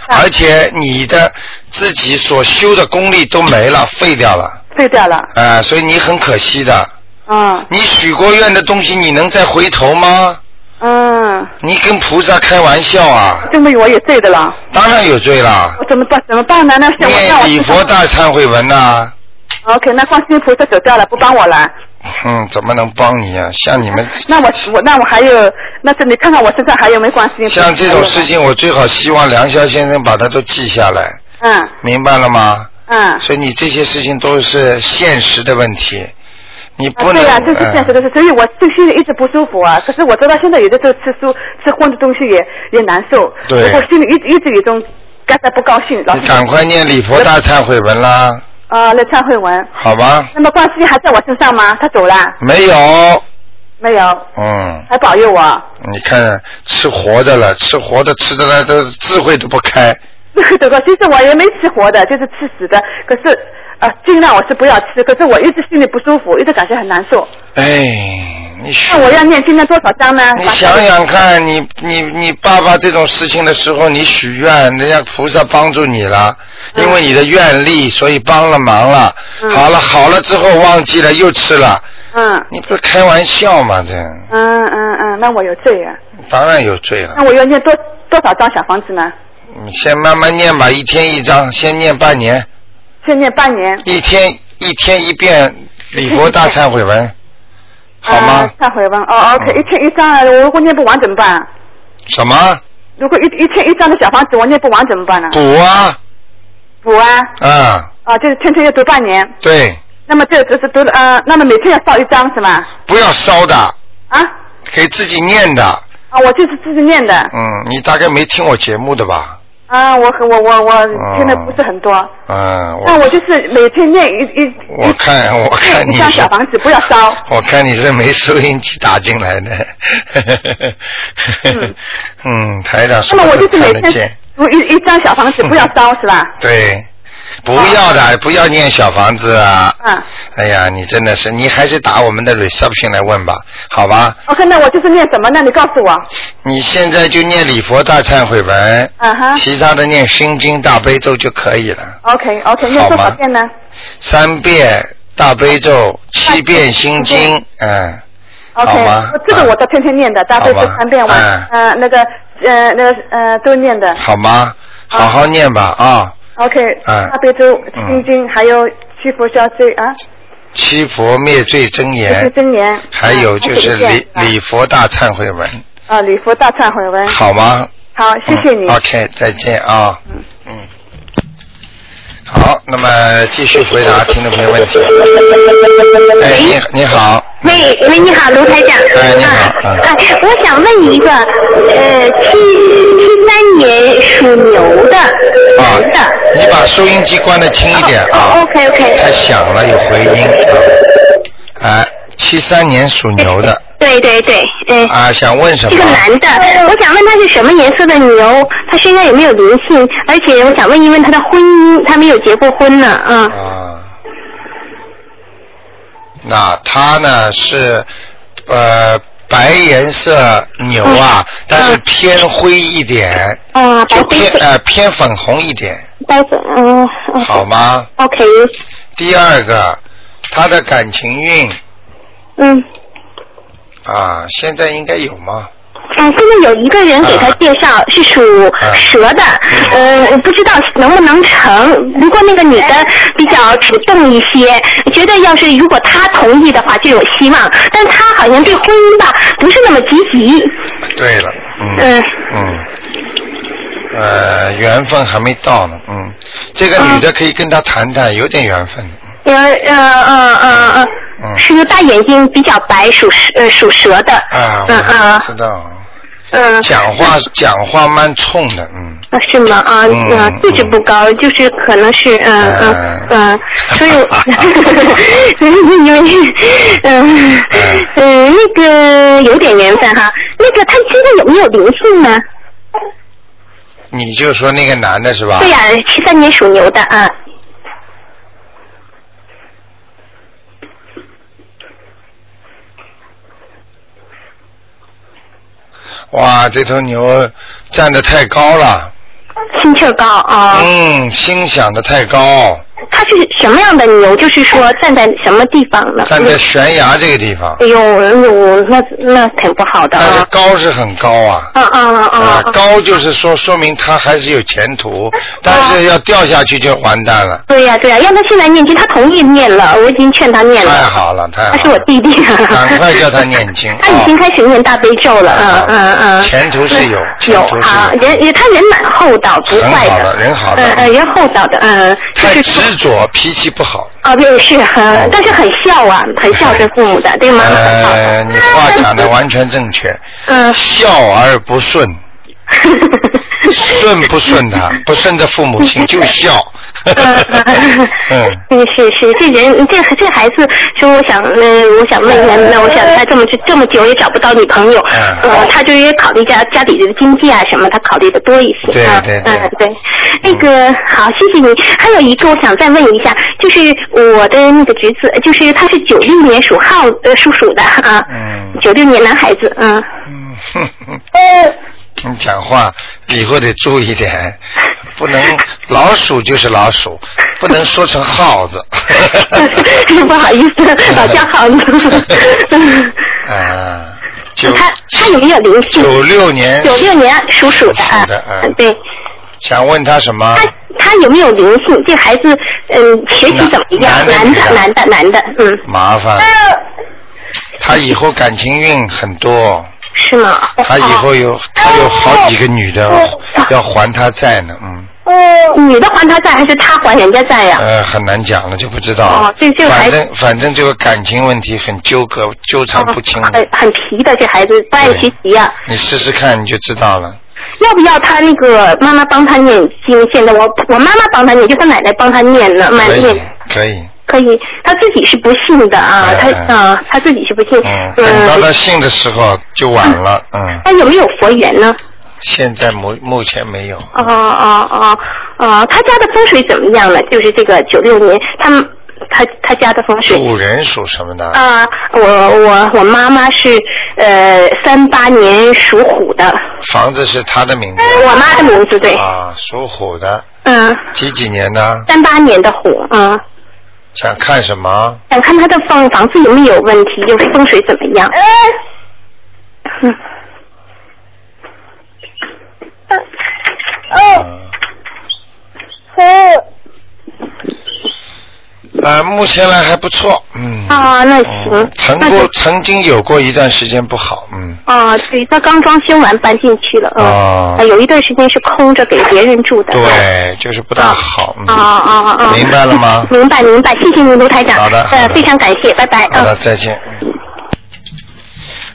Speaker 7: 啊
Speaker 1: 而且你的自己所修的功力都没 了，废掉了，
Speaker 7: 废掉了。
Speaker 1: 啊、所以你很可惜的。
Speaker 7: 嗯
Speaker 1: 你许过愿的东西，你能再回头吗？
Speaker 7: 嗯，
Speaker 1: 你跟菩萨开玩笑啊！
Speaker 7: 证明我有罪的了。
Speaker 1: 当然有罪啦
Speaker 7: 我，怎么办？怎么办呢？那像我让
Speaker 1: 念
Speaker 7: 我
Speaker 1: 礼佛大忏悔文呐、啊
Speaker 7: OK，那观世音菩萨走掉了，不帮我了。
Speaker 1: 嗯，怎么能帮你啊？像 你们
Speaker 7: 那我我那我还有，那这你看看我身上还有没有观世音菩萨？
Speaker 1: 像这种事情，我最好希望梁霄先生把它都记下来，
Speaker 7: 还有吗，
Speaker 1: 明白了吗？
Speaker 7: 嗯嗯。
Speaker 1: 所以你这些事情都是现实的问题，你不
Speaker 7: 啊
Speaker 1: 能。哎呃
Speaker 7: 对呀、这是现实的事，所以我这心里一直不舒服啊。可是我知道现在有的时候吃素吃荤的东西也也难受，
Speaker 1: 对
Speaker 7: 我心里一一直有一种刚才不高兴，老
Speaker 1: 嗯
Speaker 7: 是
Speaker 1: 你赶快念礼佛大忏悔文啦，
Speaker 7: 啊来忏悔文。
Speaker 1: 好吧？
Speaker 7: 那么观世音还在我身上吗？他走了
Speaker 1: 没有，
Speaker 7: 没有？
Speaker 1: 嗯，
Speaker 7: 还保佑我，
Speaker 1: 你看吃活的了，吃活的吃的那都智慧都不开，
Speaker 7: 德哥，其实我也没吃活的，就是吃死的。可是呃，尽量我是不要吃，可是我一直心里不舒服，一直感觉很难受。
Speaker 1: 哎，你
Speaker 7: 那我要念今天多少章呢？
Speaker 1: 你想想看，你你你爸爸这种事情的时候，你许愿，人家菩萨帮助你了，
Speaker 7: 嗯
Speaker 1: 因为你的愿力，所以帮了忙了。好了好了之后忘记了又吃了，
Speaker 7: 嗯
Speaker 1: 你不是开玩笑吗？这
Speaker 7: 嗯嗯嗯，那我有罪啊。
Speaker 1: 当然有罪了
Speaker 7: 那。我要念多多少张小房子呢？
Speaker 1: 你先慢慢念吧，一天一章，先念半年，
Speaker 7: 先念半年。
Speaker 1: 一天一天一遍礼佛大忏悔文， 好吗？
Speaker 7: 呃忏悔文哦，OK，一天一张啊，我如果念不完怎么办？
Speaker 1: 什么
Speaker 7: 如果一一天一张的小房子我念不完怎么办呢？
Speaker 1: 补啊？
Speaker 7: 补啊，
Speaker 1: 啊，
Speaker 7: 啊，就是天天要读半年。
Speaker 1: 对，
Speaker 7: 那么这就是读了，呃，那么每天要烧一张是吗？
Speaker 1: 不要烧的，
Speaker 7: 啊
Speaker 1: 给自己念的。
Speaker 7: 啊，我就是自己念的。
Speaker 1: 嗯，你大概没听我节目的吧？
Speaker 7: 啊，我我我我听的不是很多，
Speaker 1: 嗯，
Speaker 7: 那
Speaker 1: 我
Speaker 7: 我就是每天念一一
Speaker 1: 我看 我看
Speaker 7: 一
Speaker 1: 你
Speaker 7: 一张
Speaker 1: 是
Speaker 7: 小，房子，不要烧。
Speaker 1: 我看你是没收音机打进来的。 嗯，台长
Speaker 7: 那
Speaker 1: 什
Speaker 7: 么
Speaker 1: 么
Speaker 7: 我
Speaker 1: 都
Speaker 7: 就是每
Speaker 1: 看得
Speaker 7: 天
Speaker 1: 见。
Speaker 7: 读一一张小房子，不要 烧是吧？
Speaker 1: 对，不要
Speaker 7: 啊
Speaker 1: 的，不要念小房子啊！
Speaker 7: 嗯。
Speaker 1: 哎呀，你真的是，你还是打我们的 reception 来问吧，好吧？
Speaker 7: OK，那我就是念什么呢？你告诉我。啊
Speaker 1: 你现在就念礼佛大忏悔文，
Speaker 7: 嗯哼。
Speaker 1: 其他的念心经大悲咒就可以了。
Speaker 7: OK OK，念
Speaker 1: 好
Speaker 7: 多少
Speaker 1: 吗
Speaker 7: 遍呢？
Speaker 1: 三遍大悲咒，七遍心经，嗯，
Speaker 7: OK，
Speaker 1: 好吗
Speaker 7: 我这个我都天天念的，大悲咒
Speaker 1: 好吧
Speaker 7: 三遍，我
Speaker 1: 嗯
Speaker 7: 呃那个呃那个呃都念的。
Speaker 1: 好吗？
Speaker 7: 啊
Speaker 1: 好好念吧啊！
Speaker 7: OK，
Speaker 1: 嗯
Speaker 7: 大悲咒、
Speaker 1: 嗯
Speaker 7: 心经，还有七佛消罪啊，
Speaker 1: 七佛灭罪真
Speaker 7: 这些
Speaker 1: 言，
Speaker 7: 真言，
Speaker 1: 还有就是
Speaker 7: 嗯还有一
Speaker 1: 礼
Speaker 7: 遍啊
Speaker 1: 礼佛大忏悔文，
Speaker 7: 啊礼佛大忏悔文。
Speaker 1: 好吗？
Speaker 7: 好，谢谢你
Speaker 1: 嗯。OK，再见啊。嗯。好，那么继续回答听众朋友问题。哎，你你好，
Speaker 8: 喂喂，你好，卢台长。
Speaker 1: 哎你好
Speaker 8: 啊
Speaker 1: 嗯
Speaker 8: 哎，我想问一个，呃，七七三年属牛的
Speaker 1: 啊
Speaker 8: 男的。，哦
Speaker 1: 你把收音机关的轻一点啊。
Speaker 8: OK
Speaker 1: 太
Speaker 8: OK。
Speaker 1: 响了，有回音啊。哎，七三年属牛的
Speaker 8: 对对对，嗯。
Speaker 1: 啊，想问什
Speaker 8: 哎这
Speaker 1: 么
Speaker 8: 个？男的，我想问他是什么颜色的牛，他身上有没有灵性？而且我想问一问他的婚姻，他没有结过婚呢，啊、
Speaker 1: 啊，那他呢是呃白颜色牛啊，但是偏灰一点，
Speaker 8: 嗯啊，白
Speaker 1: 就
Speaker 8: 灰
Speaker 1: 偏
Speaker 8: 色，
Speaker 1: 呃偏粉红一点，
Speaker 8: 白色，嗯、嗯
Speaker 1: 好吗？
Speaker 8: ，OK，
Speaker 1: 第二个，他的感情运
Speaker 8: 嗯，
Speaker 1: 啊，现在应该有吗？啊
Speaker 8: 嗯，现在有一个人给他介绍、是属蛇的，呃，不知道能不能成。不过那个女的比较主动一些，觉得要是如果她同意的话就有希望，但她好像对婚姻吧不是那么积极。
Speaker 1: 对了，嗯。
Speaker 8: 嗯
Speaker 1: 嗯，呃，缘分还没到呢，嗯，这个女的可以跟他谈谈，有点缘分，
Speaker 8: 呃呃呃呃呃，
Speaker 1: 嗯
Speaker 8: 是个大眼睛比较白，属蛇呃属蛇的。
Speaker 1: 啊，
Speaker 8: 嗯
Speaker 1: 我
Speaker 8: 啊
Speaker 1: 知道，
Speaker 8: 嗯。
Speaker 1: 讲话讲话蛮冲的，嗯，
Speaker 8: 啊，是吗？啊，
Speaker 1: 嗯哎
Speaker 8: 啊，素质不高，就是可能是，
Speaker 7: 呃
Speaker 8: 嗯嗯嗯，所以 我，
Speaker 7: 呃
Speaker 8: 因为，嗯嗯，那个有点缘分哈。那个他身上有没有灵性呢？
Speaker 1: 你就说那个男的是吧？
Speaker 8: 对呀、七三年属牛的啊。
Speaker 1: 哇，这头牛站得太高了，
Speaker 8: 心气儿高啊，
Speaker 1: 嗯嗯，心想的太高，
Speaker 7: 它哦是什么样的牛？就是说站在什么地方呢？
Speaker 1: 站在悬崖这个地方，
Speaker 8: 嗯
Speaker 7: 哎呦，哎呦，那那挺不好的
Speaker 1: 但是
Speaker 7: 啊！
Speaker 1: 高是很高啊。
Speaker 7: 啊啊
Speaker 8: 嗯
Speaker 7: 啊
Speaker 1: 啊
Speaker 7: 啊！，
Speaker 1: 高就是说说明他还是有前途，但是要掉下去就完蛋了。
Speaker 7: 对呀、对呀、让他现在念经，他同意念了，我已经劝他念
Speaker 1: 太
Speaker 7: 了。
Speaker 1: 哎好了，太
Speaker 7: 他
Speaker 1: 好
Speaker 7: 是我
Speaker 1: 了，
Speaker 7: 弟弟、啊。
Speaker 1: 赶快叫他念经
Speaker 7: 他已经
Speaker 1: 啊！
Speaker 7: 开始念大悲咒了，
Speaker 1: 啊
Speaker 7: 嗯嗯嗯。
Speaker 1: 前途是有
Speaker 7: 那
Speaker 1: 前
Speaker 7: 有
Speaker 1: 途是
Speaker 7: 啊，
Speaker 1: 有
Speaker 7: 人也他人蛮厚道，不
Speaker 1: 很
Speaker 7: 坏
Speaker 1: 好的，人好
Speaker 7: 嗯嗯，
Speaker 1: 的，
Speaker 7: 人厚道的，嗯，就
Speaker 1: 太
Speaker 7: 是说
Speaker 1: 执着，脾气不好。
Speaker 7: 啊，对，是很，但是很孝啊，很孝顺父母的，对吗？很好
Speaker 1: 呃，你话讲的完全正确，
Speaker 7: 嗯，
Speaker 1: 孝而不 顺，顺不顺他，不顺着父母 亲就孝。
Speaker 7: 嗯
Speaker 1: 嗯，
Speaker 7: 嗯，是是，这人这这孩子说，我想，嗯、我想问一下，那我想他这么这么久也找不到女朋友，
Speaker 1: 嗯
Speaker 7: 呃，他就也考虑家家里的经济啊什么，他考虑的多一些，
Speaker 1: 对
Speaker 7: 啊
Speaker 1: 对对
Speaker 7: 嗯对，那个好，谢谢你。还有一个我想再问一下，就是我的那个侄子，就是他是九六年属号呃属鼠的啊，
Speaker 1: 嗯
Speaker 7: 九六年男孩子，嗯，
Speaker 1: 嗯， 哼哼你讲话以后得注意点，不能老鼠就是老鼠，不能说成耗子。
Speaker 7: 不好意 思， 老叫好 呢。
Speaker 1: 嗯啊，九
Speaker 7: 他他有没有灵性？
Speaker 1: 九六年
Speaker 7: 九六年属鼠的啊
Speaker 1: 属的啊，
Speaker 7: 嗯对，
Speaker 1: 想问他什么
Speaker 7: 他？他有没有灵性？这孩子嗯，学习怎么样？
Speaker 1: 男
Speaker 7: 男
Speaker 1: 的
Speaker 7: 的，男的，男的，嗯，
Speaker 1: 麻烦，他以后感情运很多，
Speaker 7: 哦是吗？哦
Speaker 1: 他以后有他有好几个女的要还他债呢，嗯，
Speaker 7: 哦女的还他债还是他还人家债呀？
Speaker 1: 呃，很难讲了，就不知道
Speaker 7: 哦这这个
Speaker 1: 反
Speaker 7: 还
Speaker 1: 正反正这个感情问题很纠葛，纠缠不清
Speaker 7: 哦。很很皮的这孩子不爱
Speaker 1: 对
Speaker 7: 学习呀、
Speaker 1: 你试试看，你就知道了。
Speaker 7: 要不要他那个妈妈帮他念经？现在我我妈妈帮他念，就他奶奶帮他念呢，慢
Speaker 1: 可以
Speaker 7: 念。，
Speaker 1: 可以。
Speaker 7: 可以，他自己是不信的啊，
Speaker 1: 嗯
Speaker 7: 他
Speaker 1: 嗯
Speaker 7: 啊他自己是不信，
Speaker 1: 嗯，等到
Speaker 7: 嗯，
Speaker 1: 他信的时候就晚了。嗯，
Speaker 7: 他有没有佛缘呢？
Speaker 1: 现在目目前没有。
Speaker 7: 哦哦哦哦，他家的风水怎么样呢？就是这个九六年，他们他他家的风水
Speaker 1: 主人属什么的？
Speaker 7: 啊、我我我妈妈是呃三八年属虎的，
Speaker 1: 房子是他的名字。
Speaker 7: 我妈的名字对，
Speaker 1: 啊，属虎的，
Speaker 7: 嗯，
Speaker 1: 几几年的？
Speaker 7: 三八年的虎，嗯，
Speaker 1: 想看什么？
Speaker 7: 想看他的房房子有没有问题，就是风水怎么样？嗯，
Speaker 1: 嗯。
Speaker 7: 哦
Speaker 1: 呃，目前来还不错，嗯。
Speaker 7: 啊，那
Speaker 1: 嗯
Speaker 7: 行，
Speaker 1: 曾
Speaker 7: 那
Speaker 1: 过
Speaker 7: 就
Speaker 1: 曾经有过一段时间不好，嗯，
Speaker 7: 啊，对，他刚装修完搬进去了，嗯，
Speaker 1: 哦
Speaker 7: 啊有一段时间是空着给别人住的，
Speaker 1: 对，就是不大好，
Speaker 7: 啊
Speaker 1: 嗯，
Speaker 7: 啊啊！
Speaker 1: 明白了吗
Speaker 7: 明白明白，谢谢您，卢台长。
Speaker 1: 好的好
Speaker 7: 呃
Speaker 1: 的，
Speaker 7: 非常感谢，拜拜。
Speaker 1: 好
Speaker 7: 嗯
Speaker 1: 的，再见。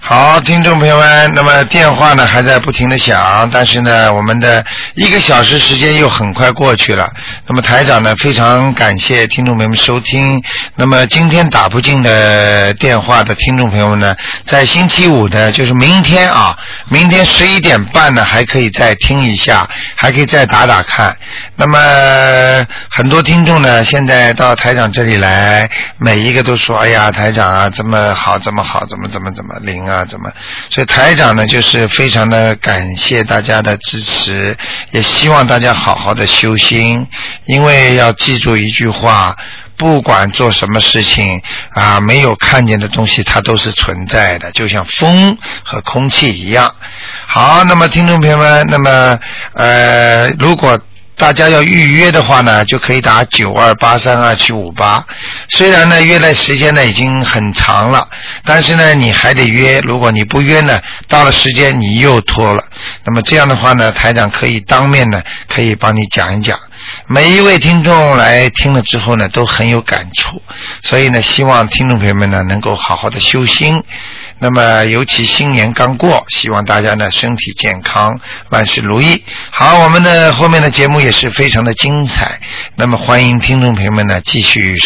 Speaker 1: 好，听众朋友们，那么电话呢还在不停的响，但是呢，我们的一个小时时间又很快过去了。那么台长呢，非常感谢听众朋友们收听。那么今天打不进的电话的听众朋友们呢，在星期五呢，就是明天啊，明天十一点半呢，还可以再听一下，还可以再打打看。那么很多听众呢，现在到台长这里来，每一个都说：“哎呀，台长啊，怎么好，怎么好，怎么怎么怎么灵啊，怎么？”所以台长呢，就是非常的感谢大家的支持，也希望大家好好的修心，因为要记住一句话。不管做什么事情啊，没有看见的东西它都是存在的，就像风和空气一样。好，那么听众朋友们，那么呃，如果大家要预约的话呢，就可以打九二八三二七五八。虽然呢约的时间呢已经很长了，但是呢你还得约。如果你不约呢，到了时间你又拖了。那么这样的话呢，台长可以当面呢可以帮你讲一讲。每一位听众来听了之后呢，都很有感触，所以呢，希望听众朋友们呢能够好好的修心。那么，尤其新年刚过，希望大家呢身体健康，万事如意。好，我们的后面的节目也是非常的精彩，那么欢迎听众朋友们呢继续收。